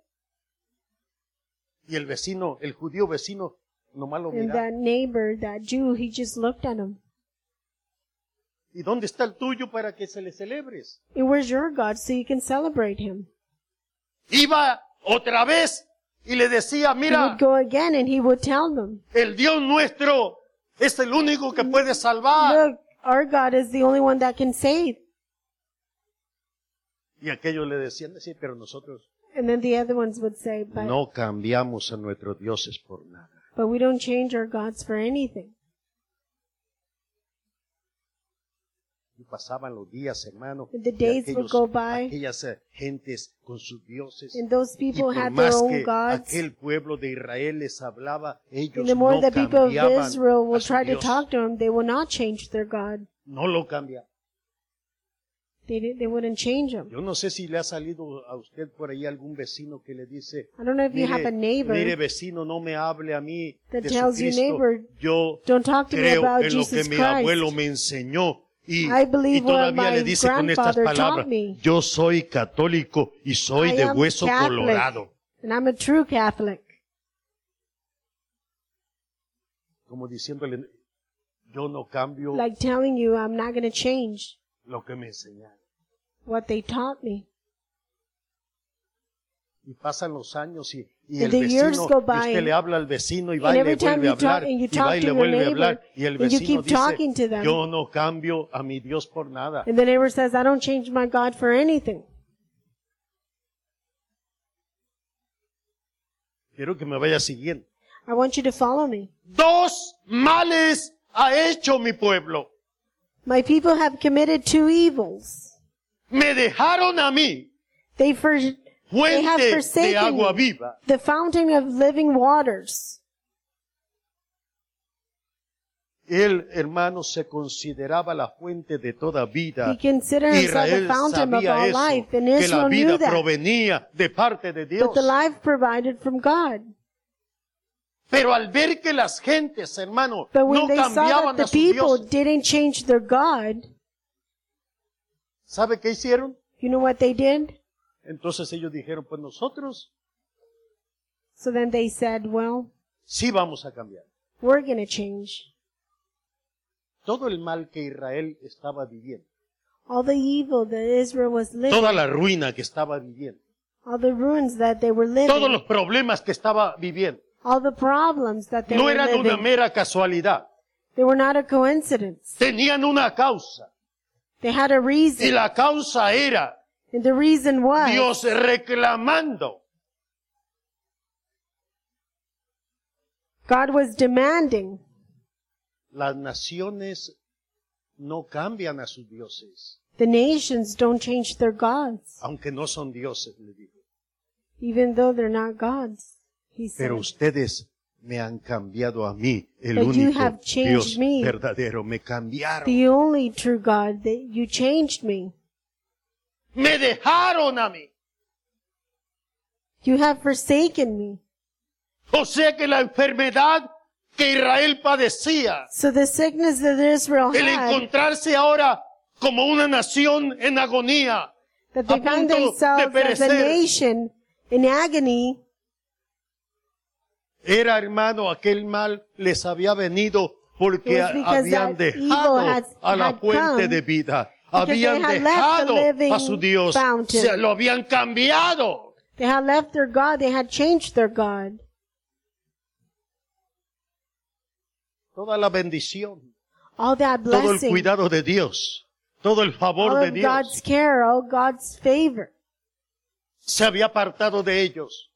Speaker 1: Y el vecino, el judío vecino, nomás lo
Speaker 2: And
Speaker 1: miraba.
Speaker 2: that neighbor, that Jew, he just looked at him.
Speaker 1: ¿Y dónde está el tuyo para que se le celebres?
Speaker 2: And where's your God so you can celebrate him?
Speaker 1: Iba otra vez y le decía,
Speaker 2: He would
Speaker 1: mira,
Speaker 2: go again and he would tell them,
Speaker 1: el Dios nuestro es el único que puede salvar.
Speaker 2: look, our God is the only one that can save.
Speaker 1: Y aquellos le decían, sí, pero nosotros
Speaker 2: And then the other ones would say, but,
Speaker 1: no cambiamos a nuestros dioses por nada.
Speaker 2: but we don't change our gods for anything.
Speaker 1: Y pasaban los días, hermano.
Speaker 2: The
Speaker 1: y
Speaker 2: days would go by.
Speaker 1: Aquellas eh, gentes con sus dioses.
Speaker 2: And those
Speaker 1: Y
Speaker 2: people
Speaker 1: por
Speaker 2: had their
Speaker 1: más
Speaker 2: own
Speaker 1: que
Speaker 2: gods.
Speaker 1: aquel pueblo de Israel les hablaba, ellos
Speaker 2: And the more
Speaker 1: no
Speaker 2: the people of
Speaker 1: cambiaban
Speaker 2: Israel
Speaker 1: a
Speaker 2: will
Speaker 1: su
Speaker 2: try to
Speaker 1: Dios.
Speaker 2: talk to him, they will not change their God.
Speaker 1: No lo cambiaban.
Speaker 2: They, di- they wouldn't change him.
Speaker 1: Yo no sé si le ha salido a usted por ahí algún vecino que le dice,
Speaker 2: I don't know if you have a
Speaker 1: mire, mire,
Speaker 2: neighbor.
Speaker 1: vecino, no me hable a mí
Speaker 2: that
Speaker 1: de
Speaker 2: tells you,
Speaker 1: Jesucristo.
Speaker 2: neighbor,
Speaker 1: Yo
Speaker 2: Don't talk to me
Speaker 1: creo
Speaker 2: about
Speaker 1: en lo que
Speaker 2: Jesus
Speaker 1: mi
Speaker 2: Christ.
Speaker 1: abuelo me enseñó. Y,
Speaker 2: I believe
Speaker 1: y todavía
Speaker 2: what
Speaker 1: le
Speaker 2: my
Speaker 1: dice con estas
Speaker 2: grandfather taught
Speaker 1: palabras,
Speaker 2: me.
Speaker 1: yo soy católico y soy
Speaker 2: I
Speaker 1: de
Speaker 2: am
Speaker 1: hueso
Speaker 2: Catholic,
Speaker 1: colorado.
Speaker 2: And I'm a true Catholic.
Speaker 1: Como diciéndole, yo no cambio
Speaker 2: Like telling you, I'm not going to change
Speaker 1: lo que me enseñaron.
Speaker 2: what they taught me.
Speaker 1: Y pasan los años y, y
Speaker 2: And
Speaker 1: el
Speaker 2: the years
Speaker 1: vecino,
Speaker 2: go
Speaker 1: y
Speaker 2: by.
Speaker 1: usted le habla al vecino y va
Speaker 2: And
Speaker 1: y le
Speaker 2: every time
Speaker 1: vuelve a
Speaker 2: you talk-
Speaker 1: hablar
Speaker 2: and you
Speaker 1: y
Speaker 2: talk
Speaker 1: va y
Speaker 2: to
Speaker 1: le
Speaker 2: your
Speaker 1: vuelve a
Speaker 2: neighbor,
Speaker 1: hablar y el
Speaker 2: and you
Speaker 1: vecino
Speaker 2: keep talking to
Speaker 1: dice
Speaker 2: them.
Speaker 1: yo no cambio a mi Dios por nada.
Speaker 2: And the neighbor says, I don't change my God for anything.
Speaker 1: Quiero que me vaya siguiendo.
Speaker 2: I want you to follow me.
Speaker 1: Dos males ha hecho mi pueblo.
Speaker 2: My people have committed two evils.
Speaker 1: Me dejaron a mí
Speaker 2: They, for, they have
Speaker 1: fuente de
Speaker 2: forsaken
Speaker 1: agua
Speaker 2: me,
Speaker 1: viva
Speaker 2: the fountain of living waters.
Speaker 1: Él, hermano, se consideraba la fuente de toda vida.
Speaker 2: He considered himself
Speaker 1: Israel
Speaker 2: the fountain of
Speaker 1: sabía
Speaker 2: all
Speaker 1: eso,
Speaker 2: life, and
Speaker 1: que la
Speaker 2: Israel
Speaker 1: vida
Speaker 2: knew that.
Speaker 1: provenía de parte de Dios.
Speaker 2: But the life provided from God.
Speaker 1: Pero al ver que las gentes, hermano,
Speaker 2: But when
Speaker 1: no
Speaker 2: they saw
Speaker 1: cambiaban
Speaker 2: that
Speaker 1: a
Speaker 2: the
Speaker 1: su
Speaker 2: people
Speaker 1: Dios,
Speaker 2: didn't change their God,
Speaker 1: ¿sabe qué hicieron?
Speaker 2: you know what they did?
Speaker 1: Entonces ellos dijeron, pues nosotros
Speaker 2: So then they said, well,
Speaker 1: sí vamos a cambiar.
Speaker 2: we're going to change.
Speaker 1: Todo el mal que Israel estaba viviendo,
Speaker 2: All the evil that Israel was living,
Speaker 1: toda la ruina que estaba viviendo,
Speaker 2: all the ruins that they were
Speaker 1: todos
Speaker 2: living,
Speaker 1: los problemas que estaba viviendo,
Speaker 2: all the problems that they
Speaker 1: no
Speaker 2: were
Speaker 1: eran una
Speaker 2: living,
Speaker 1: mera casualidad.
Speaker 2: they were not a coincidence.
Speaker 1: Tenían una causa.
Speaker 2: They had a
Speaker 1: Y
Speaker 2: reason.
Speaker 1: la causa era
Speaker 2: And the reason was
Speaker 1: Dios reclamando.
Speaker 2: God was demanding.
Speaker 1: Las naciones no cambian a sus dioses,
Speaker 2: The nations don't change their gods,
Speaker 1: aunque no son dioses, le digo.
Speaker 2: even though they're not gods. He said,
Speaker 1: Pero ustedes me han cambiado a mí, el
Speaker 2: But you
Speaker 1: único
Speaker 2: have changed
Speaker 1: Dios
Speaker 2: me.
Speaker 1: verdadero. Me cambiaron.
Speaker 2: the only true God that you changed me.
Speaker 1: Me dejaron a mí.
Speaker 2: You have forsaken me.
Speaker 1: O sea que la enfermedad que Israel padecía,
Speaker 2: So the sickness that Israel
Speaker 1: el
Speaker 2: had,
Speaker 1: encontrarse ahora como una nación en agonía,
Speaker 2: that they
Speaker 1: a
Speaker 2: found
Speaker 1: punto de
Speaker 2: themselves as a
Speaker 1: perecer.
Speaker 2: nation in agony,
Speaker 1: era hermano, aquel mal les había venido
Speaker 2: It
Speaker 1: porque
Speaker 2: was because
Speaker 1: habían
Speaker 2: that evil
Speaker 1: dejado
Speaker 2: had-
Speaker 1: a la
Speaker 2: had
Speaker 1: fuente
Speaker 2: come
Speaker 1: de vida.
Speaker 2: because they
Speaker 1: Habían
Speaker 2: had left the
Speaker 1: dejado a
Speaker 2: living
Speaker 1: su Dios.
Speaker 2: fountain.
Speaker 1: Se lo habían cambiado.
Speaker 2: they had left their God, they had changed their God.
Speaker 1: Toda la bendición,
Speaker 2: All that
Speaker 1: todo el
Speaker 2: blessing,
Speaker 1: cuidado de Dios, todo el
Speaker 2: all
Speaker 1: favor de
Speaker 2: of
Speaker 1: Dios
Speaker 2: God's care, all God's favor.
Speaker 1: se había apartado de ellos.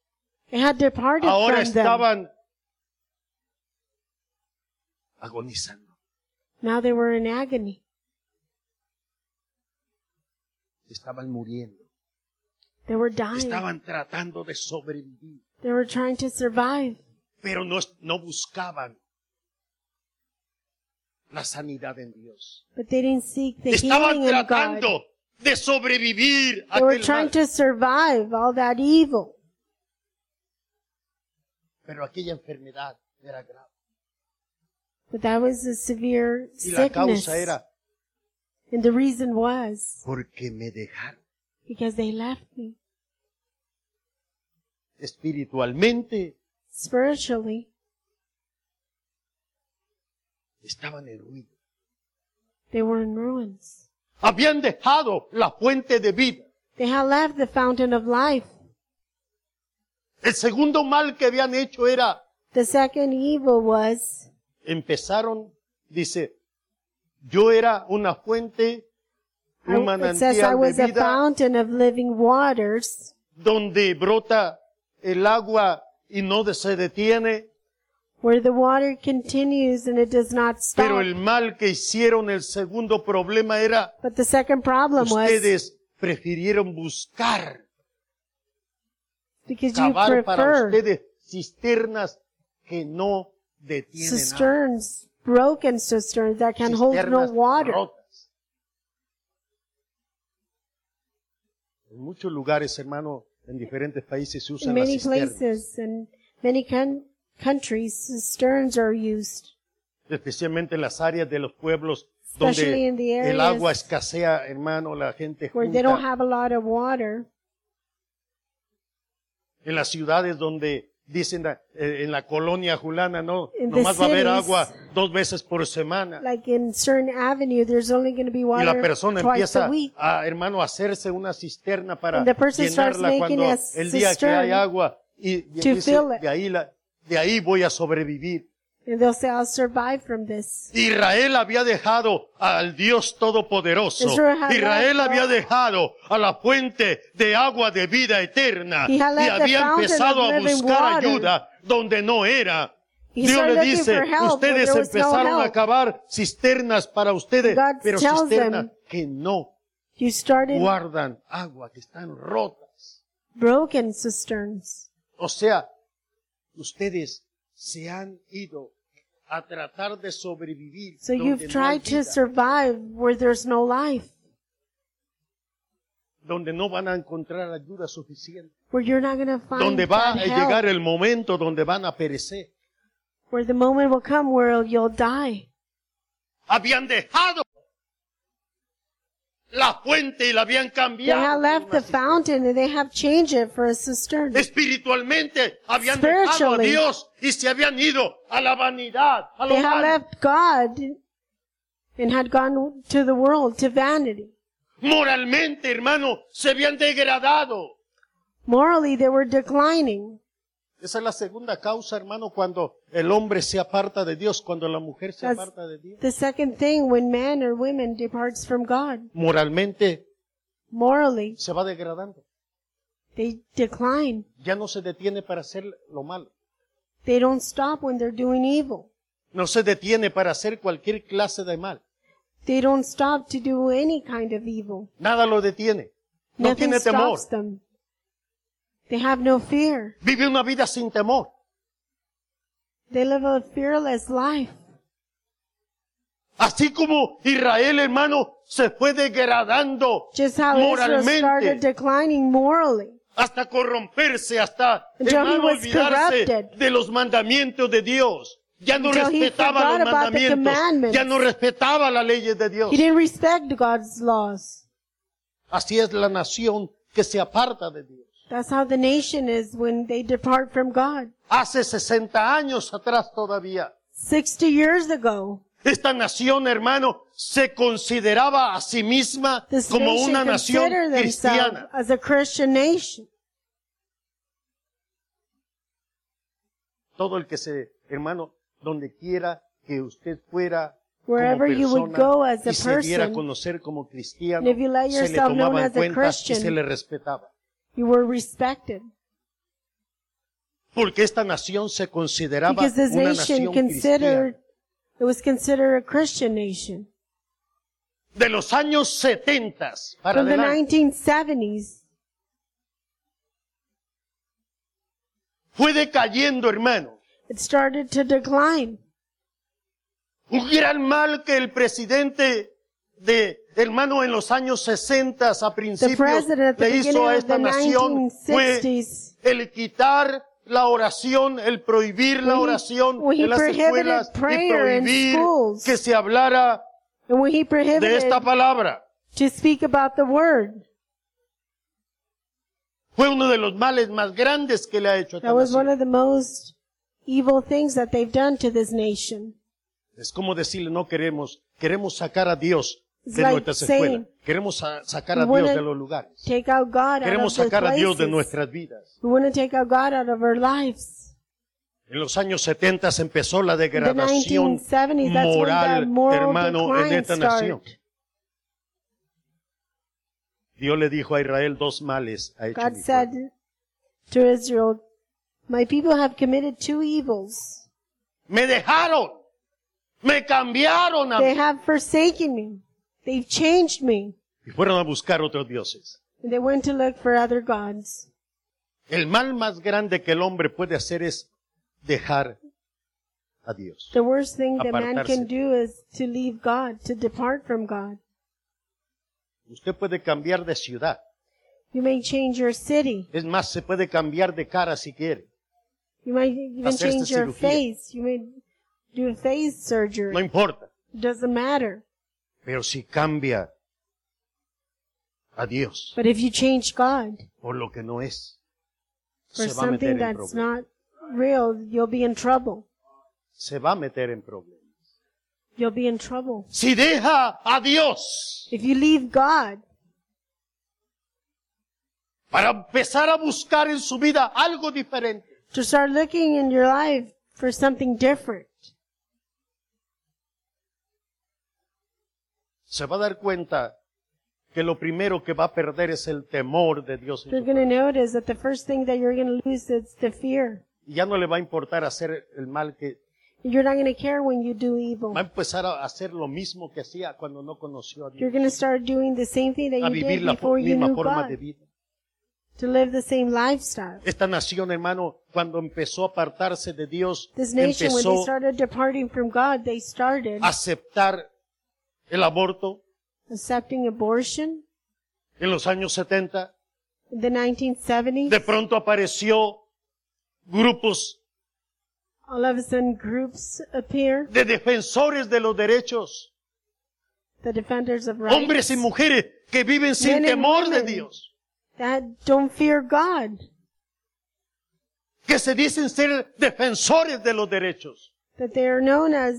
Speaker 2: It had departed
Speaker 1: Ahora
Speaker 2: from them.
Speaker 1: estaban agonizando,
Speaker 2: Now they were in agony.
Speaker 1: estaban muriendo,
Speaker 2: They were dying.
Speaker 1: estaban tratando de sobrevivir,
Speaker 2: They were trying to survive,
Speaker 1: pero no, es- no buscaban la sanidad en Dios.
Speaker 2: but they didn't seek the
Speaker 1: Estaban
Speaker 2: healing of God.
Speaker 1: tratando de sobrevivir a
Speaker 2: They were
Speaker 1: aquel
Speaker 2: trying
Speaker 1: mal.
Speaker 2: to survive all that evil,
Speaker 1: pero aquella enfermedad era grave
Speaker 2: but that was a severe
Speaker 1: y la
Speaker 2: sickness.
Speaker 1: causa era
Speaker 2: And the reason was
Speaker 1: porque me dejaron.
Speaker 2: because they left me
Speaker 1: Espiritualmente
Speaker 2: spiritually.
Speaker 1: estaban en ruido.
Speaker 2: They were in ruins.
Speaker 1: Habían dejado la fuente de vida.
Speaker 2: They had left the fountain of life.
Speaker 1: El segundo mal que habían hecho era,
Speaker 2: The second evil was
Speaker 1: empezaron, dice, yo era una fuente,
Speaker 2: I-
Speaker 1: un
Speaker 2: it says I
Speaker 1: manantial
Speaker 2: was
Speaker 1: de
Speaker 2: a
Speaker 1: vida
Speaker 2: fountain of living waters
Speaker 1: donde brota el agua y no de- se detiene,
Speaker 2: where the water continues and it does not stop.
Speaker 1: pero el mal que hicieron, el segundo problema era,
Speaker 2: But the second problem was
Speaker 1: ustedes prefirieron buscar,
Speaker 2: because you
Speaker 1: cavar para
Speaker 2: prefer
Speaker 1: ustedes cisternas que no detienen agua,
Speaker 2: cisterns, broken cisterns that can hold no
Speaker 1: cisternas
Speaker 2: water.
Speaker 1: rotas. En muchos lugares, hermano, en diferentes países se
Speaker 2: In
Speaker 1: usan las
Speaker 2: many
Speaker 1: cisternas.
Speaker 2: places and many con- countries, cisterns are used.
Speaker 1: especialmente en las áreas de los pueblos
Speaker 2: Especially
Speaker 1: donde
Speaker 2: in the
Speaker 1: el
Speaker 2: areas
Speaker 1: agua escasea, hermano, la gente
Speaker 2: Where they don't
Speaker 1: junta,
Speaker 2: have a lot of water,
Speaker 1: en las ciudades donde dicen eh, en la colonia julana, no,
Speaker 2: In the
Speaker 1: nomás va a haber
Speaker 2: cities,
Speaker 1: agua dos veces por semana
Speaker 2: like in certain avenue, there's only going to be
Speaker 1: y la
Speaker 2: water
Speaker 1: persona
Speaker 2: twice a
Speaker 1: empieza
Speaker 2: week.
Speaker 1: a, hermano, a hacerse una cisterna para
Speaker 2: And the person starts
Speaker 1: llenarla
Speaker 2: making
Speaker 1: cuando
Speaker 2: a
Speaker 1: el día que
Speaker 2: cistern
Speaker 1: hay agua y, y
Speaker 2: to
Speaker 1: dice,
Speaker 2: fill it.
Speaker 1: de ahí la- de ahí voy a sobrevivir.
Speaker 2: And they'll say, I'll survive from this.
Speaker 1: Israel había dejado al Dios Todopoderoso.
Speaker 2: Israel had
Speaker 1: Israel
Speaker 2: left-
Speaker 1: había dejado a la fuente de agua de vida eterna.
Speaker 2: He
Speaker 1: Y
Speaker 2: had left the
Speaker 1: había
Speaker 2: fountain
Speaker 1: empezado
Speaker 2: of
Speaker 1: a
Speaker 2: living
Speaker 1: buscar
Speaker 2: water.
Speaker 1: ayuda donde no era.
Speaker 2: He
Speaker 1: Dios
Speaker 2: started
Speaker 1: le
Speaker 2: looking
Speaker 1: dice,
Speaker 2: for help, but
Speaker 1: ustedes
Speaker 2: there was no
Speaker 1: empezaron a
Speaker 2: help."
Speaker 1: cavar cisternas para ustedes,
Speaker 2: God
Speaker 1: pero
Speaker 2: tells
Speaker 1: cisternas
Speaker 2: them,
Speaker 1: que no
Speaker 2: You started
Speaker 1: guardan agua, que están rotas.
Speaker 2: broken cisterns.
Speaker 1: O sea, ustedes se han ido a tratar de sobrevivir.
Speaker 2: So
Speaker 1: donde
Speaker 2: you've
Speaker 1: no hay
Speaker 2: tried to
Speaker 1: vida.
Speaker 2: survive where there's no life,
Speaker 1: donde no van a encontrar ayuda suficiente,
Speaker 2: where you're not going to find
Speaker 1: donde va a
Speaker 2: that help,
Speaker 1: llegar el momento donde van a perecer.
Speaker 2: where the moment will come where you'll die.
Speaker 1: Habían dejado la fuente y la habían
Speaker 2: They have
Speaker 1: cambiado.
Speaker 2: left the fountain and they have changed it for a cistern.
Speaker 1: Espiritualmente habían dejado a
Speaker 2: Spiritually.
Speaker 1: Dios y se habían ido a la vanidad, a lo
Speaker 2: They have
Speaker 1: vano.
Speaker 2: left God and had gone to the world, to vanity.
Speaker 1: Moralmente, hermano, se habían degradado.
Speaker 2: Morally, they were declining.
Speaker 1: Esa es la segunda causa, hermano, cuando el hombre se aparta de Dios, cuando la mujer se
Speaker 2: That's-
Speaker 1: aparta de Dios.
Speaker 2: The second thing when man or woman departs from God,
Speaker 1: Moralmente
Speaker 2: morally,
Speaker 1: se va degradando.
Speaker 2: they decline.
Speaker 1: Ya no se detiene para hacer lo malo.
Speaker 2: They don't stop when they're doing evil.
Speaker 1: No se detiene para hacer cualquier clase de mal.
Speaker 2: They don't stop to do any kind of evil.
Speaker 1: Nada lo detiene. No
Speaker 2: Nothing
Speaker 1: tiene temor.
Speaker 2: stops them. They have no fear.
Speaker 1: Vive una vida sin temor.
Speaker 2: They live a fearless life.
Speaker 1: Así como Israel, hermano, se fue degradando
Speaker 2: Just how Israel
Speaker 1: Moralmente.
Speaker 2: started declining morally.
Speaker 1: hasta corromperse, hasta
Speaker 2: Until he
Speaker 1: hermano,
Speaker 2: was
Speaker 1: olvidarse
Speaker 2: corrupted.
Speaker 1: de los mandamientos de Dios. Ya no
Speaker 2: Until he
Speaker 1: respetaba
Speaker 2: forgot
Speaker 1: los
Speaker 2: about the
Speaker 1: mandamientos,
Speaker 2: commandments.
Speaker 1: ya no respetaba las leyes de Dios.
Speaker 2: He didn't respect God's laws.
Speaker 1: Así es la nación que se aparta de Dios.
Speaker 2: That's how the nation is when they depart from God.
Speaker 1: Hace 60 años atrás todavía,
Speaker 2: 60 years ago,
Speaker 1: esta nación, hermano, se consideraba a sí misma
Speaker 2: this
Speaker 1: como
Speaker 2: nation
Speaker 1: una nación
Speaker 2: considered themselves
Speaker 1: cristiana.
Speaker 2: as a Christian nation.
Speaker 1: Todo el que se, hermano, donde quiera que usted fuera como
Speaker 2: Wherever you would
Speaker 1: persona
Speaker 2: go as a
Speaker 1: y se diera a
Speaker 2: person,
Speaker 1: conocer como cristiano,
Speaker 2: and if you let
Speaker 1: se le
Speaker 2: yourself known
Speaker 1: tomaba en
Speaker 2: as a
Speaker 1: cuenta y
Speaker 2: Christian,
Speaker 1: se le respetaba.
Speaker 2: you were respected.
Speaker 1: Porque esta nación se consideraba
Speaker 2: Because this
Speaker 1: una
Speaker 2: nation
Speaker 1: nación
Speaker 2: considered,
Speaker 1: cristiana.
Speaker 2: it was considered a Christian nation.
Speaker 1: De los años 70 para
Speaker 2: From the
Speaker 1: adelante,
Speaker 2: 1970s,
Speaker 1: fue decayendo, hermano.
Speaker 2: it started to decline.
Speaker 1: Un gran mal que el presidente de hermano en los años 60 a
Speaker 2: The
Speaker 1: principios
Speaker 2: president at the
Speaker 1: le
Speaker 2: beginning
Speaker 1: hizo a
Speaker 2: of the
Speaker 1: esta nación fue
Speaker 2: 1960s
Speaker 1: el quitar la oración, el prohibir la
Speaker 2: When he-
Speaker 1: oración
Speaker 2: when he
Speaker 1: en las
Speaker 2: prohibited
Speaker 1: escuelas y
Speaker 2: prayer in
Speaker 1: prohibir
Speaker 2: schools.
Speaker 1: que se hablara
Speaker 2: And when he
Speaker 1: de
Speaker 2: prohibited
Speaker 1: esta palabra.
Speaker 2: to speak about the word,
Speaker 1: Fue uno de los males más grandes que le ha hecho a esta
Speaker 2: that was
Speaker 1: nación.
Speaker 2: one of the most evil things that they've done to this nation.
Speaker 1: Es como decirle, no queremos, queremos sacar a Dios
Speaker 2: It's
Speaker 1: de
Speaker 2: like
Speaker 1: nuestras
Speaker 2: saying,
Speaker 1: escuelas. Queremos sa- sacar
Speaker 2: "We
Speaker 1: a Dios
Speaker 2: wanna
Speaker 1: de los lugares.
Speaker 2: Take out God out
Speaker 1: Queremos
Speaker 2: of the
Speaker 1: sacar a Dios de
Speaker 2: places.
Speaker 1: nuestras vidas.
Speaker 2: We want to take out God out of our lives.
Speaker 1: En los años 70 se empezó la
Speaker 2: In the
Speaker 1: degradación
Speaker 2: 1970s, that's when the
Speaker 1: moral,
Speaker 2: moral
Speaker 1: hermano, en
Speaker 2: decline
Speaker 1: esta nación.
Speaker 2: started.
Speaker 1: Dios le dijo a Israel dos males. Ha hecho
Speaker 2: God
Speaker 1: mi
Speaker 2: said
Speaker 1: pueblo.
Speaker 2: to Israel, My people have committed two evils.
Speaker 1: Me dejaron, me cambiaron a
Speaker 2: They
Speaker 1: mí.
Speaker 2: have forsaken me. They've changed me.
Speaker 1: Y fueron a buscar otros dioses.
Speaker 2: And they went to look for other gods.
Speaker 1: El mal más grande que el hombre puede hacer es dejar a Dios.
Speaker 2: The worst thing that man can
Speaker 1: Apartarse.
Speaker 2: do is to leave God, to depart from God.
Speaker 1: Usted puede cambiar de ciudad.
Speaker 2: You may change your city.
Speaker 1: Es más, se puede cambiar de cara si quiere.
Speaker 2: You might even
Speaker 1: Hacerse
Speaker 2: change your
Speaker 1: cirugía.
Speaker 2: face. You may do a face
Speaker 1: No
Speaker 2: surgery.
Speaker 1: importa.
Speaker 2: Doesn't matter.
Speaker 1: Pero si cambia a Dios
Speaker 2: But if you change God
Speaker 1: por lo que no es, se
Speaker 2: for
Speaker 1: va a
Speaker 2: Pues something
Speaker 1: meter en
Speaker 2: that's
Speaker 1: problemas.
Speaker 2: not real, you'll be in trouble.
Speaker 1: Se va a meter en problemas.
Speaker 2: You'll be in trouble.
Speaker 1: Si deja a Dios
Speaker 2: If you leave God
Speaker 1: para empezar a buscar en su vida algo diferente,
Speaker 2: to start looking in your life for something different,
Speaker 1: se va a dar cuenta que lo primero que va a perder es el temor de Dios. en
Speaker 2: you're
Speaker 1: su-
Speaker 2: going to notice that the first thing that you're going to lose is the fear.
Speaker 1: Y ya no le va a importar hacer el mal que
Speaker 2: You're not going to care when you do evil.
Speaker 1: va a empezar a hacer lo mismo que hacía cuando no conoció a
Speaker 2: You're
Speaker 1: Dios,
Speaker 2: going to start doing the same thing that
Speaker 1: a
Speaker 2: you
Speaker 1: vivir
Speaker 2: did
Speaker 1: la fo-
Speaker 2: before you
Speaker 1: misma
Speaker 2: knew
Speaker 1: forma de
Speaker 2: God,
Speaker 1: vida.
Speaker 2: to live the same lifestyle.
Speaker 1: Esta nación, hermano, cuando empezó a apartarse de Dios,
Speaker 2: This nation, when they
Speaker 1: empezó
Speaker 2: started departing from God, they started
Speaker 1: a aceptar el aborto
Speaker 2: accepting abortion
Speaker 1: en los años 70.
Speaker 2: in the 1970s.
Speaker 1: De pronto apareció grupos
Speaker 2: all of a sudden groups appear,
Speaker 1: de defensores de los derechos,
Speaker 2: the defenders of
Speaker 1: hombres
Speaker 2: rights,
Speaker 1: y mujeres que viven sin
Speaker 2: Men and
Speaker 1: temor de
Speaker 2: women.
Speaker 1: Dios,
Speaker 2: that don't fear God,
Speaker 1: que se dicen ser defensores de los derechos.
Speaker 2: that they are known as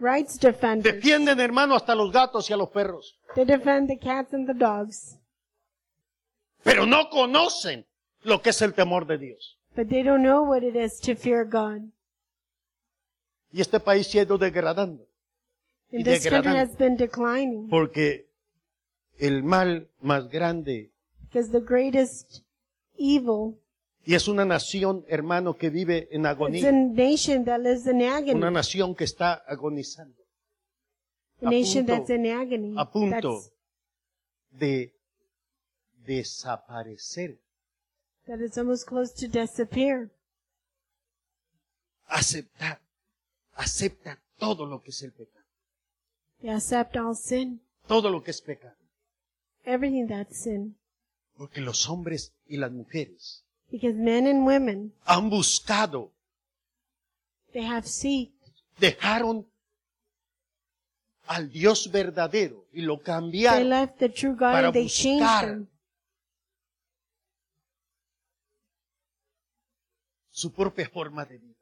Speaker 2: rights defenders.
Speaker 1: Defienden, hermano, hasta los gatos y a los perros,
Speaker 2: They defend the cats and the dogs,
Speaker 1: pero no conocen lo que es el temor de Dios.
Speaker 2: but they don't know what it is to fear God.
Speaker 1: Y este país se ha ido degradando, Y
Speaker 2: And this country
Speaker 1: degradando.
Speaker 2: has been declining
Speaker 1: porque el mal más grande,
Speaker 2: because the greatest evil
Speaker 1: y es una nación, hermano, que vive en
Speaker 2: is
Speaker 1: agonía,
Speaker 2: a nation that lives in agony,
Speaker 1: una nación que está agonizando,
Speaker 2: a nation
Speaker 1: a punto-
Speaker 2: that's in agony,
Speaker 1: a punto
Speaker 2: that's,
Speaker 1: de desaparecer.
Speaker 2: that is almost close to disappear.
Speaker 1: aceptar, acepta todo lo que es el pecado,
Speaker 2: They accept all sin,
Speaker 1: todo lo que es pecado,
Speaker 2: everything that's sin,
Speaker 1: porque los hombres y las mujeres
Speaker 2: because men and women
Speaker 1: han buscado,
Speaker 2: they have seed.
Speaker 1: dejaron al Dios verdadero y lo
Speaker 2: They
Speaker 1: cambiaron.
Speaker 2: left the true God
Speaker 1: Para
Speaker 2: and they changed
Speaker 1: buscar.
Speaker 2: him.
Speaker 1: Su propia forma de vida.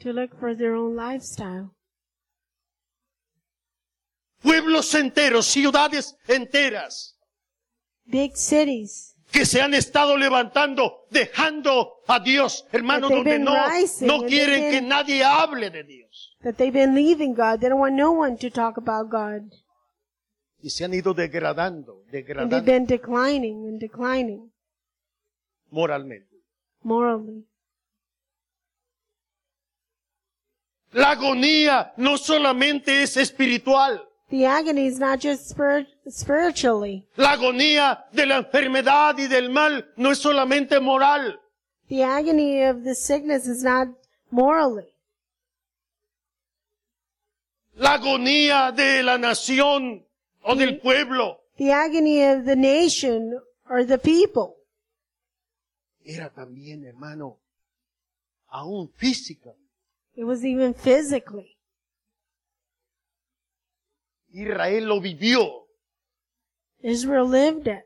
Speaker 2: to look for their own lifestyle.
Speaker 1: Pueblos enteros, ciudades enteras
Speaker 2: Big cities
Speaker 1: que se han estado levantando, dejando a Dios, hermano,
Speaker 2: But they've
Speaker 1: donde
Speaker 2: been
Speaker 1: no,
Speaker 2: rising,
Speaker 1: no
Speaker 2: they've
Speaker 1: quieren
Speaker 2: been-
Speaker 1: que nadie hable de Dios.
Speaker 2: that they've been leaving God. They don't want no one to talk about God.
Speaker 1: Y se han ido degradando,
Speaker 2: And they've
Speaker 1: degradando
Speaker 2: been declining and declining
Speaker 1: moralmente.
Speaker 2: morally.
Speaker 1: La agonía no solamente es espiritual,
Speaker 2: The agony is not just spirit, spiritually.
Speaker 1: la agonía de la enfermedad y del mal no es solamente moral,
Speaker 2: The agony of the sickness is not morally.
Speaker 1: la agonía de la nación o del pueblo
Speaker 2: The agony of the nation or the people
Speaker 1: era también, hermano, aún física.
Speaker 2: It was even physically.
Speaker 1: Israel lo vivió,
Speaker 2: Israel lived it.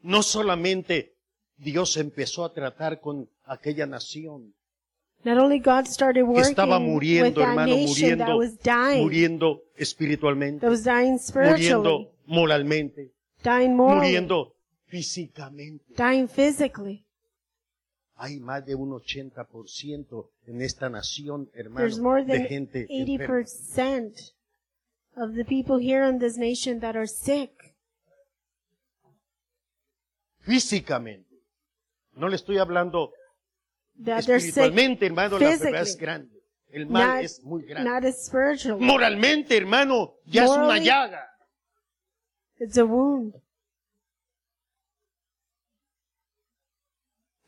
Speaker 1: no solamente Dios empezó a tratar con aquella nación
Speaker 2: Not only God started
Speaker 1: que
Speaker 2: working
Speaker 1: estaba
Speaker 2: with
Speaker 1: muriendo,
Speaker 2: that
Speaker 1: hermano,
Speaker 2: nation
Speaker 1: muriendo,
Speaker 2: that was dying,
Speaker 1: muriendo espiritualmente,
Speaker 2: that was dying spiritually,
Speaker 1: muriendo moralmente.
Speaker 2: dying morally,
Speaker 1: muriendo físicamente.
Speaker 2: dying physically.
Speaker 1: Hay más de un 80% en esta nación,
Speaker 2: There's
Speaker 1: hermano,
Speaker 2: more
Speaker 1: de
Speaker 2: than
Speaker 1: gente
Speaker 2: eighty
Speaker 1: enferma.
Speaker 2: percent of the people here in this nation that are sick
Speaker 1: físicamente. No le estoy hablando
Speaker 2: that they're sick,
Speaker 1: espiritualmente, hermano, la enfermedad es
Speaker 2: physically.
Speaker 1: grande. El mal
Speaker 2: not,
Speaker 1: es muy grande.
Speaker 2: not as spiritual.
Speaker 1: Moralmente, hermano, ya es una
Speaker 2: Morally-
Speaker 1: llaga.
Speaker 2: It's a wound.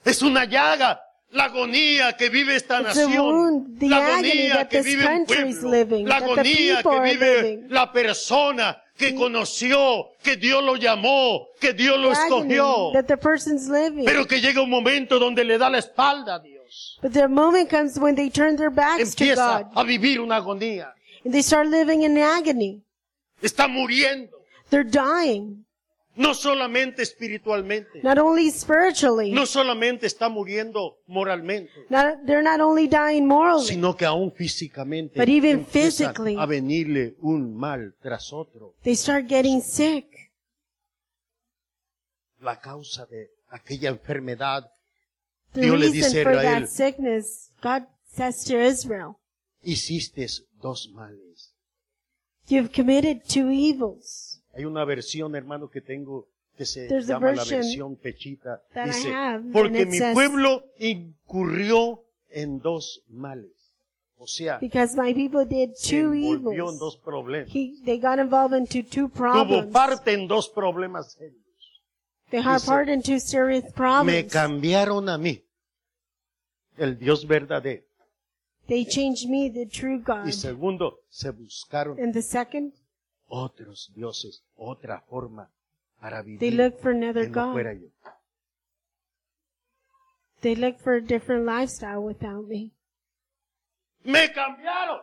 Speaker 1: Es una llaga. La agonía que vive esta
Speaker 2: It's a
Speaker 1: nación.
Speaker 2: wound, the
Speaker 1: La
Speaker 2: agony
Speaker 1: agonía
Speaker 2: that
Speaker 1: que
Speaker 2: this
Speaker 1: vive un
Speaker 2: country is
Speaker 1: pueblo.
Speaker 2: living,
Speaker 1: La
Speaker 2: that the
Speaker 1: agonía
Speaker 2: people
Speaker 1: que
Speaker 2: are
Speaker 1: vive
Speaker 2: living. Mm.
Speaker 1: la persona que conoció, que Dios lo llamó, que Dios lo
Speaker 2: The agony
Speaker 1: escogió.
Speaker 2: that the person's living.
Speaker 1: Pero que llega un momento donde le da la espalda a Dios.
Speaker 2: but the moment comes when they turn their backs to
Speaker 1: Empieza
Speaker 2: God
Speaker 1: a vivir una agonía.
Speaker 2: and they start living in agony.
Speaker 1: Está muriendo.
Speaker 2: They're dying,
Speaker 1: No solamente espiritualmente.
Speaker 2: not only spiritually,
Speaker 1: No solamente está muriendo moralmente.
Speaker 2: not, they're not only dying morally,
Speaker 1: Sino que aún físicamente
Speaker 2: But even
Speaker 1: empieza
Speaker 2: physically.
Speaker 1: a venirle un mal tras otro.
Speaker 2: they start getting sick.
Speaker 1: La causa de aquella enfermedad.
Speaker 2: The
Speaker 1: Dios le
Speaker 2: reason
Speaker 1: dice a
Speaker 2: for
Speaker 1: Israel,
Speaker 2: that sickness, God says to Israel,
Speaker 1: Hiciste dos males.
Speaker 2: You've committed two evils.
Speaker 1: Hay una versión, hermano, que tengo que se
Speaker 2: There's a
Speaker 1: llama la
Speaker 2: version
Speaker 1: versión pechita.
Speaker 2: that I
Speaker 1: Dice,
Speaker 2: have, and
Speaker 1: porque
Speaker 2: it
Speaker 1: mi
Speaker 2: says-
Speaker 1: pueblo incurrió en dos males. O sea,
Speaker 2: Because my people did
Speaker 1: se
Speaker 2: two
Speaker 1: envolvió en
Speaker 2: evils.
Speaker 1: dos problemas.
Speaker 2: He, they got involved into two
Speaker 1: Tuvo
Speaker 2: problems.
Speaker 1: parte en dos problemas serios.
Speaker 2: They had
Speaker 1: Dice,
Speaker 2: part in two serious
Speaker 1: Me
Speaker 2: problems.
Speaker 1: cambiaron a mí, el Dios verdadero.
Speaker 2: They changed me, the true God.
Speaker 1: Y segundo, se buscaron
Speaker 2: And the second,
Speaker 1: otros dioses, otra forma para
Speaker 2: they
Speaker 1: vivir
Speaker 2: looked for another
Speaker 1: que no
Speaker 2: God
Speaker 1: fuera yo.
Speaker 2: They look for a different lifestyle without me.
Speaker 1: Me cambiaron.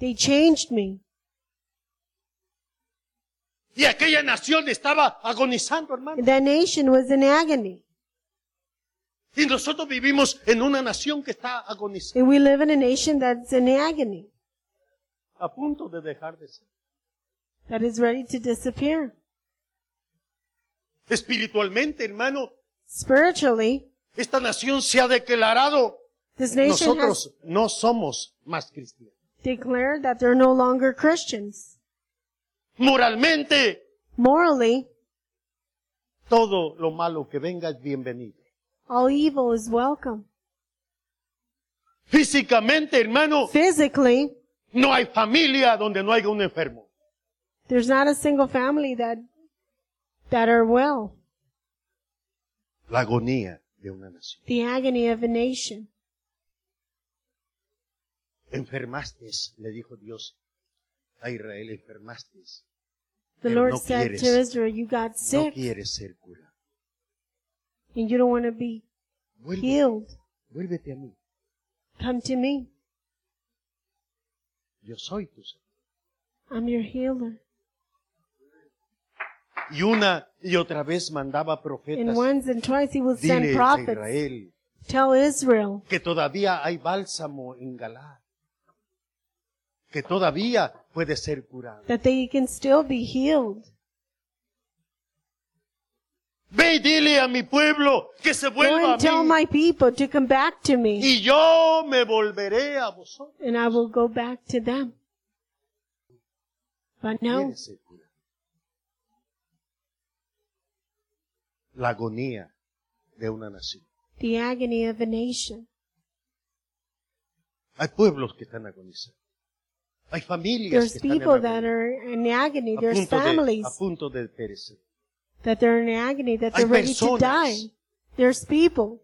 Speaker 2: They changed me.
Speaker 1: Y aquella nación estaba agonizando, hermano.
Speaker 2: And that nation was in agony.
Speaker 1: Y nosotros vivimos en una nación que está agonizando,
Speaker 2: And we live in a nation that's in agony,
Speaker 1: a punto de dejar de ser.
Speaker 2: that is ready to disappear.
Speaker 1: Espiritualmente, hermano,
Speaker 2: Spiritually,
Speaker 1: esta nación se ha declarado,
Speaker 2: this nation has
Speaker 1: nosotros no somos más cristianos.
Speaker 2: declared that they're no longer Christians.
Speaker 1: Moralmente,
Speaker 2: Morally,
Speaker 1: todo lo malo que venga es bienvenido.
Speaker 2: all evil is welcome.
Speaker 1: Físicamente, hermano,
Speaker 2: Physically,
Speaker 1: no hay familia donde no haya un enfermo.
Speaker 2: there's not a single family that that are well.
Speaker 1: La agonía de una nación.
Speaker 2: The agony of a nation.
Speaker 1: Enfermaste, le dijo Dios a Israel, enfermaste.
Speaker 2: The
Speaker 1: Pero
Speaker 2: Lord
Speaker 1: no
Speaker 2: said
Speaker 1: quieres.
Speaker 2: to Israel, "You got
Speaker 1: No
Speaker 2: sick,
Speaker 1: quieres ser curado.
Speaker 2: and you don't want to be
Speaker 1: Vuelve,
Speaker 2: healed.
Speaker 1: vuélvete a mí.
Speaker 2: Come to me.
Speaker 1: Yo soy tu Señor.
Speaker 2: I'm your healer."
Speaker 1: Y una y otra vez mandaba
Speaker 2: And
Speaker 1: profetas.
Speaker 2: once and twice He will send
Speaker 1: Dile a
Speaker 2: prophets.
Speaker 1: Israel
Speaker 2: Tell Israel
Speaker 1: que todavía hay bálsamo en Galá. Que todavía puede ser curado.
Speaker 2: that they can still be healed.
Speaker 1: Ve y dile a mi pueblo que se
Speaker 2: Go
Speaker 1: vuelva
Speaker 2: and tell
Speaker 1: a mí.
Speaker 2: my people to come back to me,
Speaker 1: Y yo me volveré a vosotros.
Speaker 2: and I will go back to them. But no,
Speaker 1: Quieres ser curado. La agonía de una nación.
Speaker 2: the agony of a nation.
Speaker 1: Hay pueblos que están agonizando. Hay familias
Speaker 2: There's
Speaker 1: que están en
Speaker 2: people that
Speaker 1: agonía,
Speaker 2: are in agony.
Speaker 1: a
Speaker 2: There's
Speaker 1: punto de-
Speaker 2: families
Speaker 1: a punto de perecer.
Speaker 2: that they're in agony, that
Speaker 1: Hay
Speaker 2: they're ready to
Speaker 1: personas.
Speaker 2: die. There's people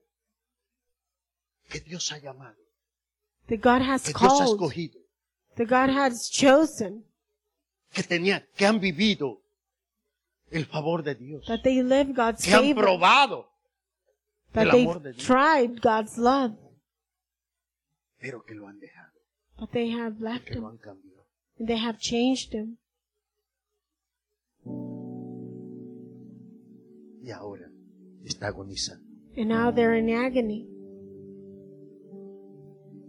Speaker 1: que Dios ha llamado,
Speaker 2: that God has
Speaker 1: que Dios ha
Speaker 2: called,
Speaker 1: escogido,
Speaker 2: that God has chosen,
Speaker 1: que tenía, que han vivido el favor de Dios,
Speaker 2: that they live God's
Speaker 1: que han
Speaker 2: favor,
Speaker 1: probado, el
Speaker 2: that
Speaker 1: amor de
Speaker 2: they've
Speaker 1: Dios.
Speaker 2: tried God's love,
Speaker 1: pero que lo han dejado,
Speaker 2: but they have left
Speaker 1: que lo
Speaker 2: Him.
Speaker 1: han cambiado.
Speaker 2: and They have changed Him.
Speaker 1: Y ahora está agonizando,
Speaker 2: And now they're in agony.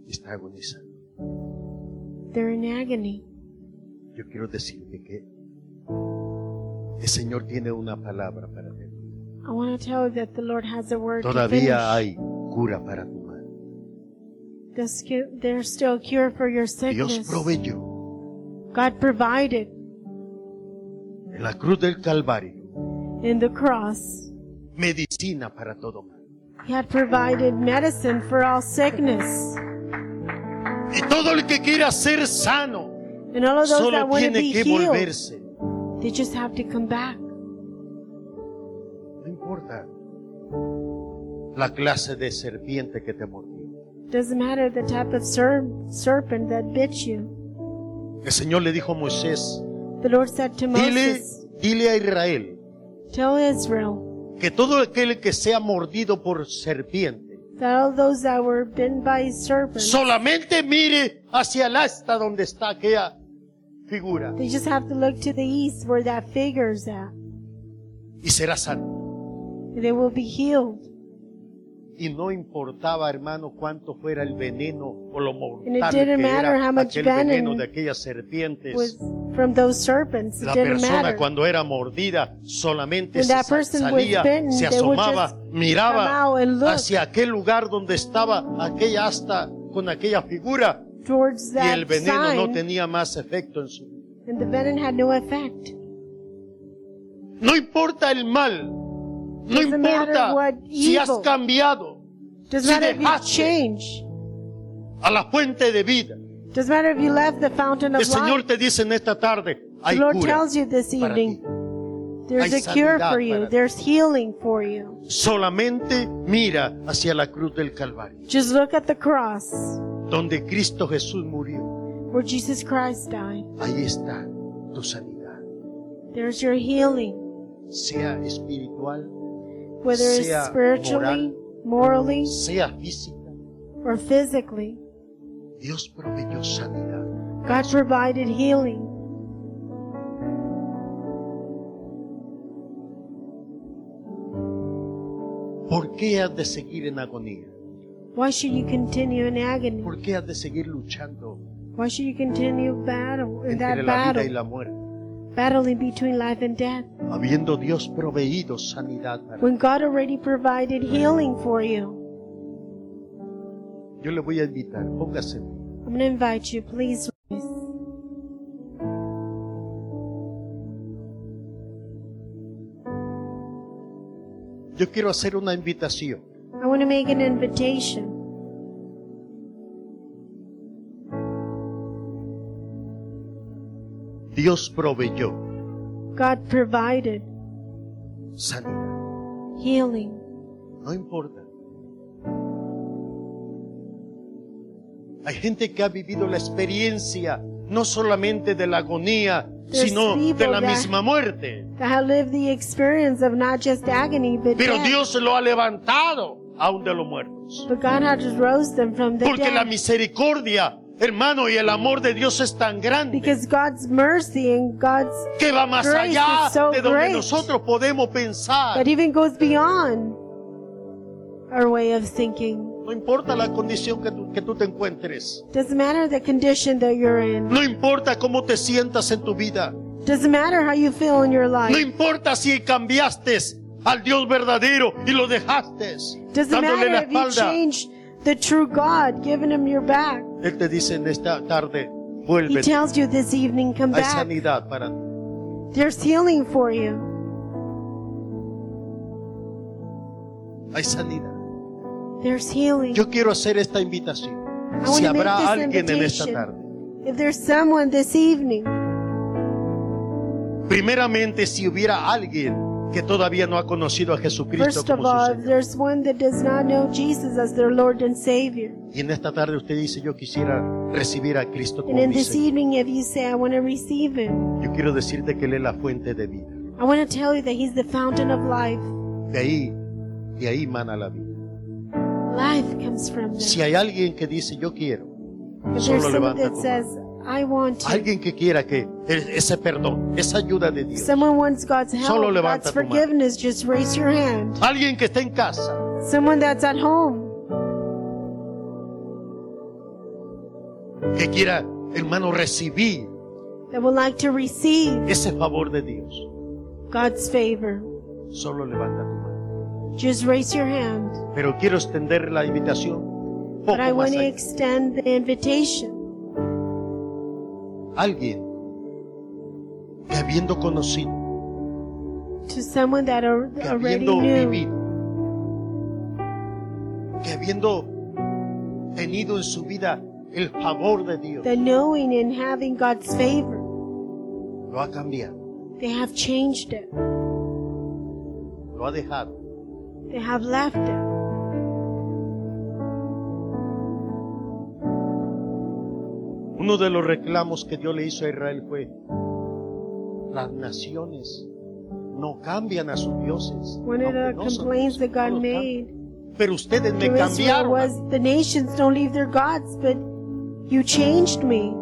Speaker 1: está agonizando.
Speaker 2: They're in agony.
Speaker 1: Yo quiero decirte que el Señor tiene una palabra para ti.
Speaker 2: I want to tell you that the Lord has a word to
Speaker 1: Todavía
Speaker 2: finish.
Speaker 1: hay cura para tu madre.
Speaker 2: There's, cu- there's still a cure for your
Speaker 1: Dios
Speaker 2: sickness.
Speaker 1: proveyó
Speaker 2: God provided
Speaker 1: en la cruz del Calvario
Speaker 2: in the cross.
Speaker 1: medicina para todo mal.
Speaker 2: He had provided medicine for all sickness.
Speaker 1: Y todo el que quiera ser sano
Speaker 2: And all of those that
Speaker 1: solo
Speaker 2: want to
Speaker 1: tiene
Speaker 2: be
Speaker 1: que
Speaker 2: healed,
Speaker 1: volverse.
Speaker 2: they just have to come back.
Speaker 1: No importa la clase de serpiente que te mordió.
Speaker 2: Doesn't matter the type of ser- serpent that bit you.
Speaker 1: El Señor le dijo a Moisés,
Speaker 2: The Lord said to
Speaker 1: dile,
Speaker 2: Moses,
Speaker 1: dile a Israel
Speaker 2: Tell Israel
Speaker 1: que todo aquel que sea mordido por serpiente
Speaker 2: that all those that were bitten by a serpent,
Speaker 1: solamente mire hacia el asta donde está aquella figura
Speaker 2: they just have to look to the east where that figure is at.
Speaker 1: y será sano.
Speaker 2: and they will be healed.
Speaker 1: Y no importaba, hermano, cuánto fuera el veneno o lo
Speaker 2: it
Speaker 1: mortal que
Speaker 2: didn't matter
Speaker 1: era
Speaker 2: how much
Speaker 1: aquel
Speaker 2: venom
Speaker 1: veneno de aquellas serpientes.
Speaker 2: Was from those serpents. It
Speaker 1: La
Speaker 2: didn't
Speaker 1: persona
Speaker 2: matter.
Speaker 1: cuando era mordida solamente
Speaker 2: When
Speaker 1: se
Speaker 2: that
Speaker 1: sa-
Speaker 2: person was
Speaker 1: salía,
Speaker 2: bitten,
Speaker 1: se
Speaker 2: they would
Speaker 1: asomaba,
Speaker 2: just come
Speaker 1: miraba
Speaker 2: out and look.
Speaker 1: hacia aquel lugar donde estaba aquella asta con aquella figura
Speaker 2: Towards
Speaker 1: y el
Speaker 2: that
Speaker 1: veneno no
Speaker 2: sign,
Speaker 1: tenía más efecto en su vida.
Speaker 2: and the venom had no effect.
Speaker 1: No importa el mal, no
Speaker 2: Doesn't
Speaker 1: importa
Speaker 2: matter what
Speaker 1: si has
Speaker 2: evil.
Speaker 1: cambiado
Speaker 2: Doesn't
Speaker 1: Si
Speaker 2: matter if you
Speaker 1: dejaste-
Speaker 2: change.
Speaker 1: a la fuente de vida.
Speaker 2: Doesn't matter if you left the fountain
Speaker 1: El
Speaker 2: of
Speaker 1: Señor
Speaker 2: life.
Speaker 1: te dice en esta tarde,
Speaker 2: The
Speaker 1: hay
Speaker 2: Lord
Speaker 1: cura
Speaker 2: tells you this
Speaker 1: para ti.
Speaker 2: evening. There's
Speaker 1: Hay
Speaker 2: a cure
Speaker 1: sanidad
Speaker 2: for
Speaker 1: para
Speaker 2: you.
Speaker 1: ti.
Speaker 2: There's healing for you.
Speaker 1: Solamente mira hacia la cruz del Calvario,
Speaker 2: Just look at the cross
Speaker 1: donde Cristo Jesús murió.
Speaker 2: where Jesus Christ died.
Speaker 1: Ahí está tu sanidad,
Speaker 2: There's your healing.
Speaker 1: sea espiritual,
Speaker 2: Whether it's
Speaker 1: sea
Speaker 2: spiritually,
Speaker 1: moral,
Speaker 2: morally
Speaker 1: sea física,
Speaker 2: or physically.
Speaker 1: Dios proveyó sanidad.
Speaker 2: God provided healing.
Speaker 1: ¿Por qué has de seguir en agonía?
Speaker 2: Why should you continue in agony?
Speaker 1: ¿Por qué has de seguir luchando
Speaker 2: Why should you continue battle in
Speaker 1: entre
Speaker 2: that
Speaker 1: la vida y
Speaker 2: battle,
Speaker 1: la muerte?
Speaker 2: battling between life and death,
Speaker 1: Habiendo Dios proveído sanidad para ti.
Speaker 2: when God already provided healing for you?
Speaker 1: Yo le voy a invitar, póngase.
Speaker 2: I'm going to invite you, please. rise.
Speaker 1: Yo quiero hacer una invitación.
Speaker 2: I want to make an invitation.
Speaker 1: Dios proveyó
Speaker 2: God provided
Speaker 1: sanidad.
Speaker 2: healing.
Speaker 1: No importa. Hay gente que ha vivido la experiencia no solamente de la agonía,
Speaker 2: There's
Speaker 1: sino de
Speaker 2: people
Speaker 1: la
Speaker 2: that-
Speaker 1: misma muerte.
Speaker 2: I have lived the experience of not just agony, but
Speaker 1: Pero
Speaker 2: death.
Speaker 1: Dios lo ha levantado aún de los muertos.
Speaker 2: But God has rose them from the
Speaker 1: Porque la
Speaker 2: dead.
Speaker 1: misericordia, hermano, y el amor de Dios es tan grande
Speaker 2: Because God's mercy and God's
Speaker 1: que va más
Speaker 2: grace
Speaker 1: allá
Speaker 2: is so
Speaker 1: de donde
Speaker 2: great.
Speaker 1: nosotros podemos pensar.
Speaker 2: that even goes beyond our way of thinking.
Speaker 1: No importa la condición que tú, que tú te encuentres.
Speaker 2: Doesn't matter the condition that you're in.
Speaker 1: No importa cómo te sientas en tu vida.
Speaker 2: Doesn't matter how you feel in your
Speaker 1: No
Speaker 2: life.
Speaker 1: importa si cambiaste al Dios verdadero y lo dejaste
Speaker 2: Doesn't
Speaker 1: dándole
Speaker 2: matter
Speaker 1: la
Speaker 2: if you
Speaker 1: espalda.
Speaker 2: change the true God, giving him your back.
Speaker 1: Él te dice en esta tarde,
Speaker 2: He
Speaker 1: vuelve.
Speaker 2: tells you this evening, come
Speaker 1: Hay
Speaker 2: back.
Speaker 1: sanidad para ti.
Speaker 2: There's healing for you.
Speaker 1: Hay sanidad.
Speaker 2: There's healing.
Speaker 1: Yo quiero hacer esta invitación. Si
Speaker 2: I wanna make this
Speaker 1: habrá alguien en esta
Speaker 2: invitation.
Speaker 1: tarde.
Speaker 2: If there's someone this evening,
Speaker 1: Primeramente, si hubiera alguien que todavía no ha conocido a Jesucristo
Speaker 2: first of
Speaker 1: como
Speaker 2: all,
Speaker 1: su
Speaker 2: if
Speaker 1: Señor.
Speaker 2: there's one that does not know Jesus as their Lord and Savior,
Speaker 1: Y en esta tarde usted dice, yo quisiera recibir a Cristo
Speaker 2: and
Speaker 1: como
Speaker 2: in
Speaker 1: mi
Speaker 2: this e-
Speaker 1: Señor.
Speaker 2: evening, if you say, I want to receive Him,
Speaker 1: Yo quiero decirte que Él es la fuente de vida.
Speaker 2: I want to tell you that He's the fountain of life.
Speaker 1: De ahí, de ahí mana la vida.
Speaker 2: Life comes from Him.
Speaker 1: Si hay alguien que dice, yo quiero.
Speaker 2: If
Speaker 1: solo
Speaker 2: there's someone
Speaker 1: levanta
Speaker 2: that
Speaker 1: tu
Speaker 2: says, I want to,
Speaker 1: Alguien que quiera que e- ese perdón, esa ayuda de
Speaker 2: if
Speaker 1: Dios.
Speaker 2: someone wants God's
Speaker 1: Solo
Speaker 2: help,
Speaker 1: levanta
Speaker 2: God's
Speaker 1: tu mano.
Speaker 2: forgiveness, just raise your hand.
Speaker 1: Alguien que está en casa.
Speaker 2: Someone that's at home
Speaker 1: Que quiera, hermano, recibir
Speaker 2: that would like to receive
Speaker 1: ese favor de Dios.
Speaker 2: God's favor,
Speaker 1: Solo levanta tu mano.
Speaker 2: just raise your hand.
Speaker 1: Pero quiero extender la invitación. un Poco
Speaker 2: But I
Speaker 1: más
Speaker 2: want to
Speaker 1: allá.
Speaker 2: extend the invitation.
Speaker 1: Alguien que habiendo conocido,
Speaker 2: To someone that al-
Speaker 1: que
Speaker 2: already
Speaker 1: habiendo
Speaker 2: knew,
Speaker 1: vivido, que habiendo tenido en su vida el favor de Dios,
Speaker 2: that knowing and having God's favor,
Speaker 1: lo ha cambiado,
Speaker 2: they have changed it.
Speaker 1: lo ha dejado.
Speaker 2: They have left it.
Speaker 1: Uno de los reclamos que Dios le hizo a Israel fue, las naciones no cambian a sus dioses.
Speaker 2: One of
Speaker 1: aunque
Speaker 2: uh, the
Speaker 1: no son dioses,
Speaker 2: complaints that
Speaker 1: no
Speaker 2: God
Speaker 1: los
Speaker 2: made
Speaker 1: cambian. Pero ustedes me
Speaker 2: to Israel
Speaker 1: cambiaron.
Speaker 2: was the nations don't leave their gods, but you changed me.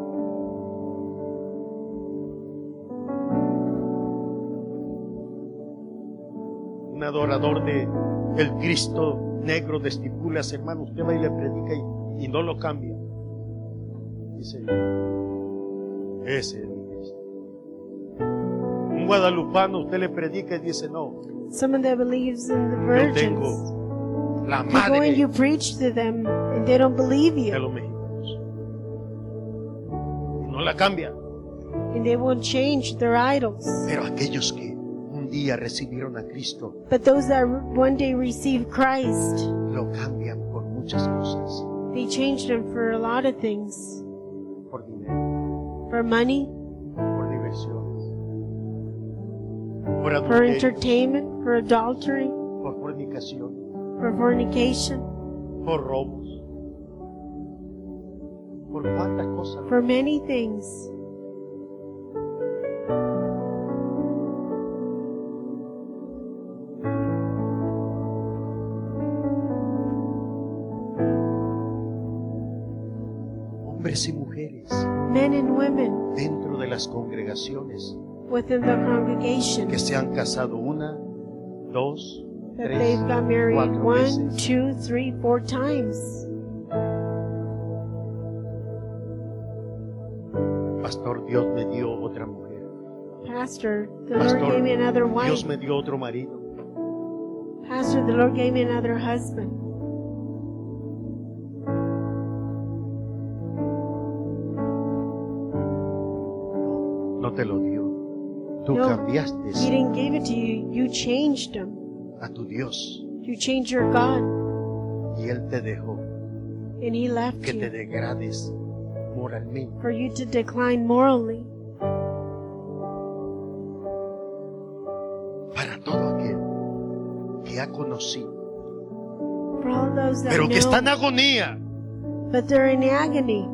Speaker 1: Un adorador de el Cristo negro de estipulas, hermano, usted va y le predica y, y no lo cambia. Dice, ese es mi Cristo. Un guadalupano, usted le predica y dice, no,
Speaker 2: Someone that believes in the
Speaker 1: yo
Speaker 2: virgins.
Speaker 1: tengo la
Speaker 2: You go
Speaker 1: madre
Speaker 2: and you preach to them, and they don't believe
Speaker 1: de
Speaker 2: you,
Speaker 1: los mexicanos. No la cambia.
Speaker 2: and they won't change their idols.
Speaker 1: Pero aquellos que un día recibieron a Cristo
Speaker 2: But those that one day receive Christ,
Speaker 1: lo cambian por muchas cosas.
Speaker 2: they change them for a lot of things.
Speaker 1: Por dinero,
Speaker 2: For money,
Speaker 1: por diversiones, por
Speaker 2: for
Speaker 1: adulterio,
Speaker 2: entertainment, for adultery,
Speaker 1: por fornicación,
Speaker 2: for fornication,
Speaker 1: por robos, por cuántas cosas.
Speaker 2: for many things. men and women
Speaker 1: dentro de las congregaciones
Speaker 2: within the congregation
Speaker 1: que se han casado una, dos,
Speaker 2: that
Speaker 1: tres,
Speaker 2: they've got married
Speaker 1: cuatro
Speaker 2: one,
Speaker 1: veces.
Speaker 2: two, three, four times.
Speaker 1: Pastor, Dios me dio otra mujer.
Speaker 2: Pastor, the
Speaker 1: Pastor,
Speaker 2: Lord gave me another wife.
Speaker 1: Dios me dio otro marido.
Speaker 2: Pastor, the Lord gave me another husband.
Speaker 1: No te lo dio. Tú
Speaker 2: No.
Speaker 1: cambiaste
Speaker 2: He didn't give it to you. You changed him.
Speaker 1: a tu Dios
Speaker 2: You changed your God,
Speaker 1: y Él te dejó
Speaker 2: and He left
Speaker 1: que te
Speaker 2: you
Speaker 1: degrades moralmente.
Speaker 2: for you to decline morally.
Speaker 1: Para todo aquel que ha conocido,
Speaker 2: For all those that
Speaker 1: pero que está en
Speaker 2: know,
Speaker 1: agonía,
Speaker 2: but they're in agony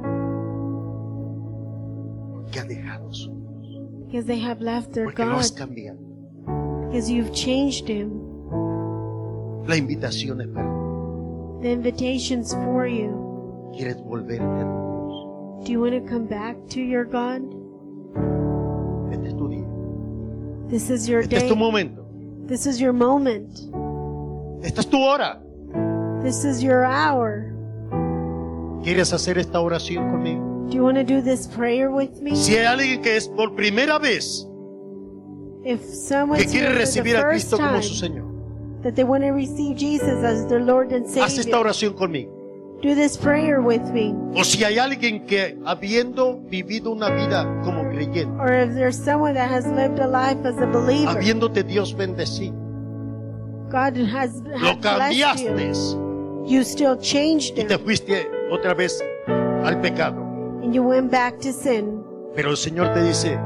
Speaker 1: porque ha dejado su,
Speaker 2: because they have left their
Speaker 1: porque lo
Speaker 2: God
Speaker 1: has cambiado.
Speaker 2: because you've changed Him.
Speaker 1: La invitación es para
Speaker 2: The invitation's for you.
Speaker 1: ti. Quieres volverte a tu
Speaker 2: Do you want to come back to your God?
Speaker 1: Dios. Este es tu día.
Speaker 2: This is your
Speaker 1: Este es
Speaker 2: day.
Speaker 1: tu momento.
Speaker 2: This is your moment.
Speaker 1: Esta es tu hora.
Speaker 2: This is your hour.
Speaker 1: ¿Quieres hacer esta oración conmigo?
Speaker 2: Do you want to do this prayer with me?
Speaker 1: Si hay alguien que es por primera vez
Speaker 2: If someone's
Speaker 1: que
Speaker 2: here
Speaker 1: quiere
Speaker 2: for the
Speaker 1: recibir a
Speaker 2: first
Speaker 1: Cristo como
Speaker 2: time
Speaker 1: su Señor,
Speaker 2: that they want to receive Jesus as their Lord and
Speaker 1: haz esta
Speaker 2: Savior,
Speaker 1: oración conmigo.
Speaker 2: do this prayer with me.
Speaker 1: O si hay alguien que habiendo vivido una vida como creyente,
Speaker 2: Or if there's someone that has lived a life as a believer,
Speaker 1: habiéndote Dios bendecido,
Speaker 2: God has, has
Speaker 1: lo
Speaker 2: blessed you.
Speaker 1: cambiaste
Speaker 2: You still changed
Speaker 1: y te
Speaker 2: him,
Speaker 1: fuiste otra vez al pecado.
Speaker 2: and you went back to sin.
Speaker 1: Pero el Señor te dice,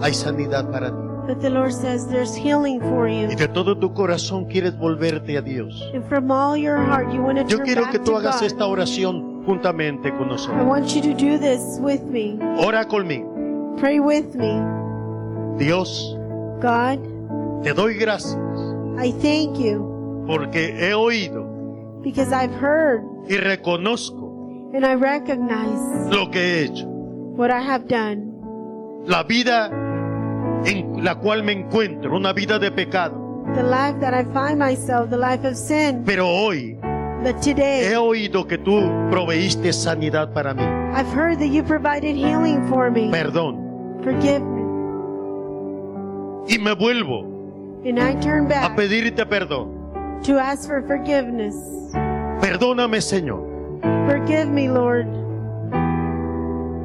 Speaker 1: hay sanidad para ti.
Speaker 2: But the Lord says there's healing for
Speaker 1: Y
Speaker 2: you.
Speaker 1: de todo tu corazón quieres volverte a Dios.
Speaker 2: And from all your heart, you want to
Speaker 1: Yo
Speaker 2: turn
Speaker 1: quiero
Speaker 2: back
Speaker 1: que
Speaker 2: to
Speaker 1: tú hagas
Speaker 2: God.
Speaker 1: esta oración juntamente con
Speaker 2: I
Speaker 1: nosotros.
Speaker 2: want you to do this with me.
Speaker 1: Ora conmigo.
Speaker 2: Pray with me.
Speaker 1: Dios,
Speaker 2: God,
Speaker 1: te doy gracias
Speaker 2: I thank you
Speaker 1: porque he oído
Speaker 2: because I've heard
Speaker 1: y reconozco
Speaker 2: and I recognize
Speaker 1: lo que he hecho.
Speaker 2: what I have done.
Speaker 1: La vida en la cual me encuentro, una vida de pecado.
Speaker 2: The life that I find myself, the life of sin.
Speaker 1: Pero hoy
Speaker 2: But
Speaker 1: he
Speaker 2: today,
Speaker 1: oído que tú proveíste sanidad para mí.
Speaker 2: I've heard that you provided healing for me.
Speaker 1: Perdón.
Speaker 2: Forgive me.
Speaker 1: Y me vuelvo
Speaker 2: And I turn
Speaker 1: a
Speaker 2: back
Speaker 1: pedirte perdón.
Speaker 2: to ask for forgiveness.
Speaker 1: Perdóname, Señor.
Speaker 2: Forgive me, Lord.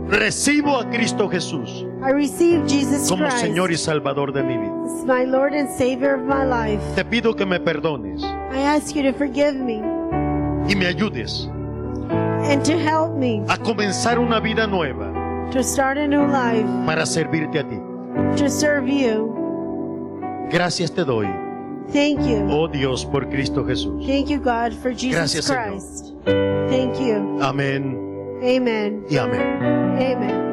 Speaker 1: Recibo a Cristo Jesús
Speaker 2: I receive Jesus
Speaker 1: como Señor y
Speaker 2: Christ
Speaker 1: Salvador de mi vida.
Speaker 2: as my Lord and Savior of my life.
Speaker 1: Te pido que me perdones
Speaker 2: I ask you to forgive me
Speaker 1: y me ayudes
Speaker 2: and to help me
Speaker 1: a comenzar una vida nueva
Speaker 2: to start a new life,
Speaker 1: para servirte a ti.
Speaker 2: to serve you.
Speaker 1: Gracias te doy,
Speaker 2: Thank you.
Speaker 1: oh Dios, por Cristo Jesús.
Speaker 2: Thank you, God, for Jesus
Speaker 1: Gracias, Señor.
Speaker 2: Christ. Thank you.
Speaker 1: Amén
Speaker 2: Amen.
Speaker 1: y amén.
Speaker 2: Amen.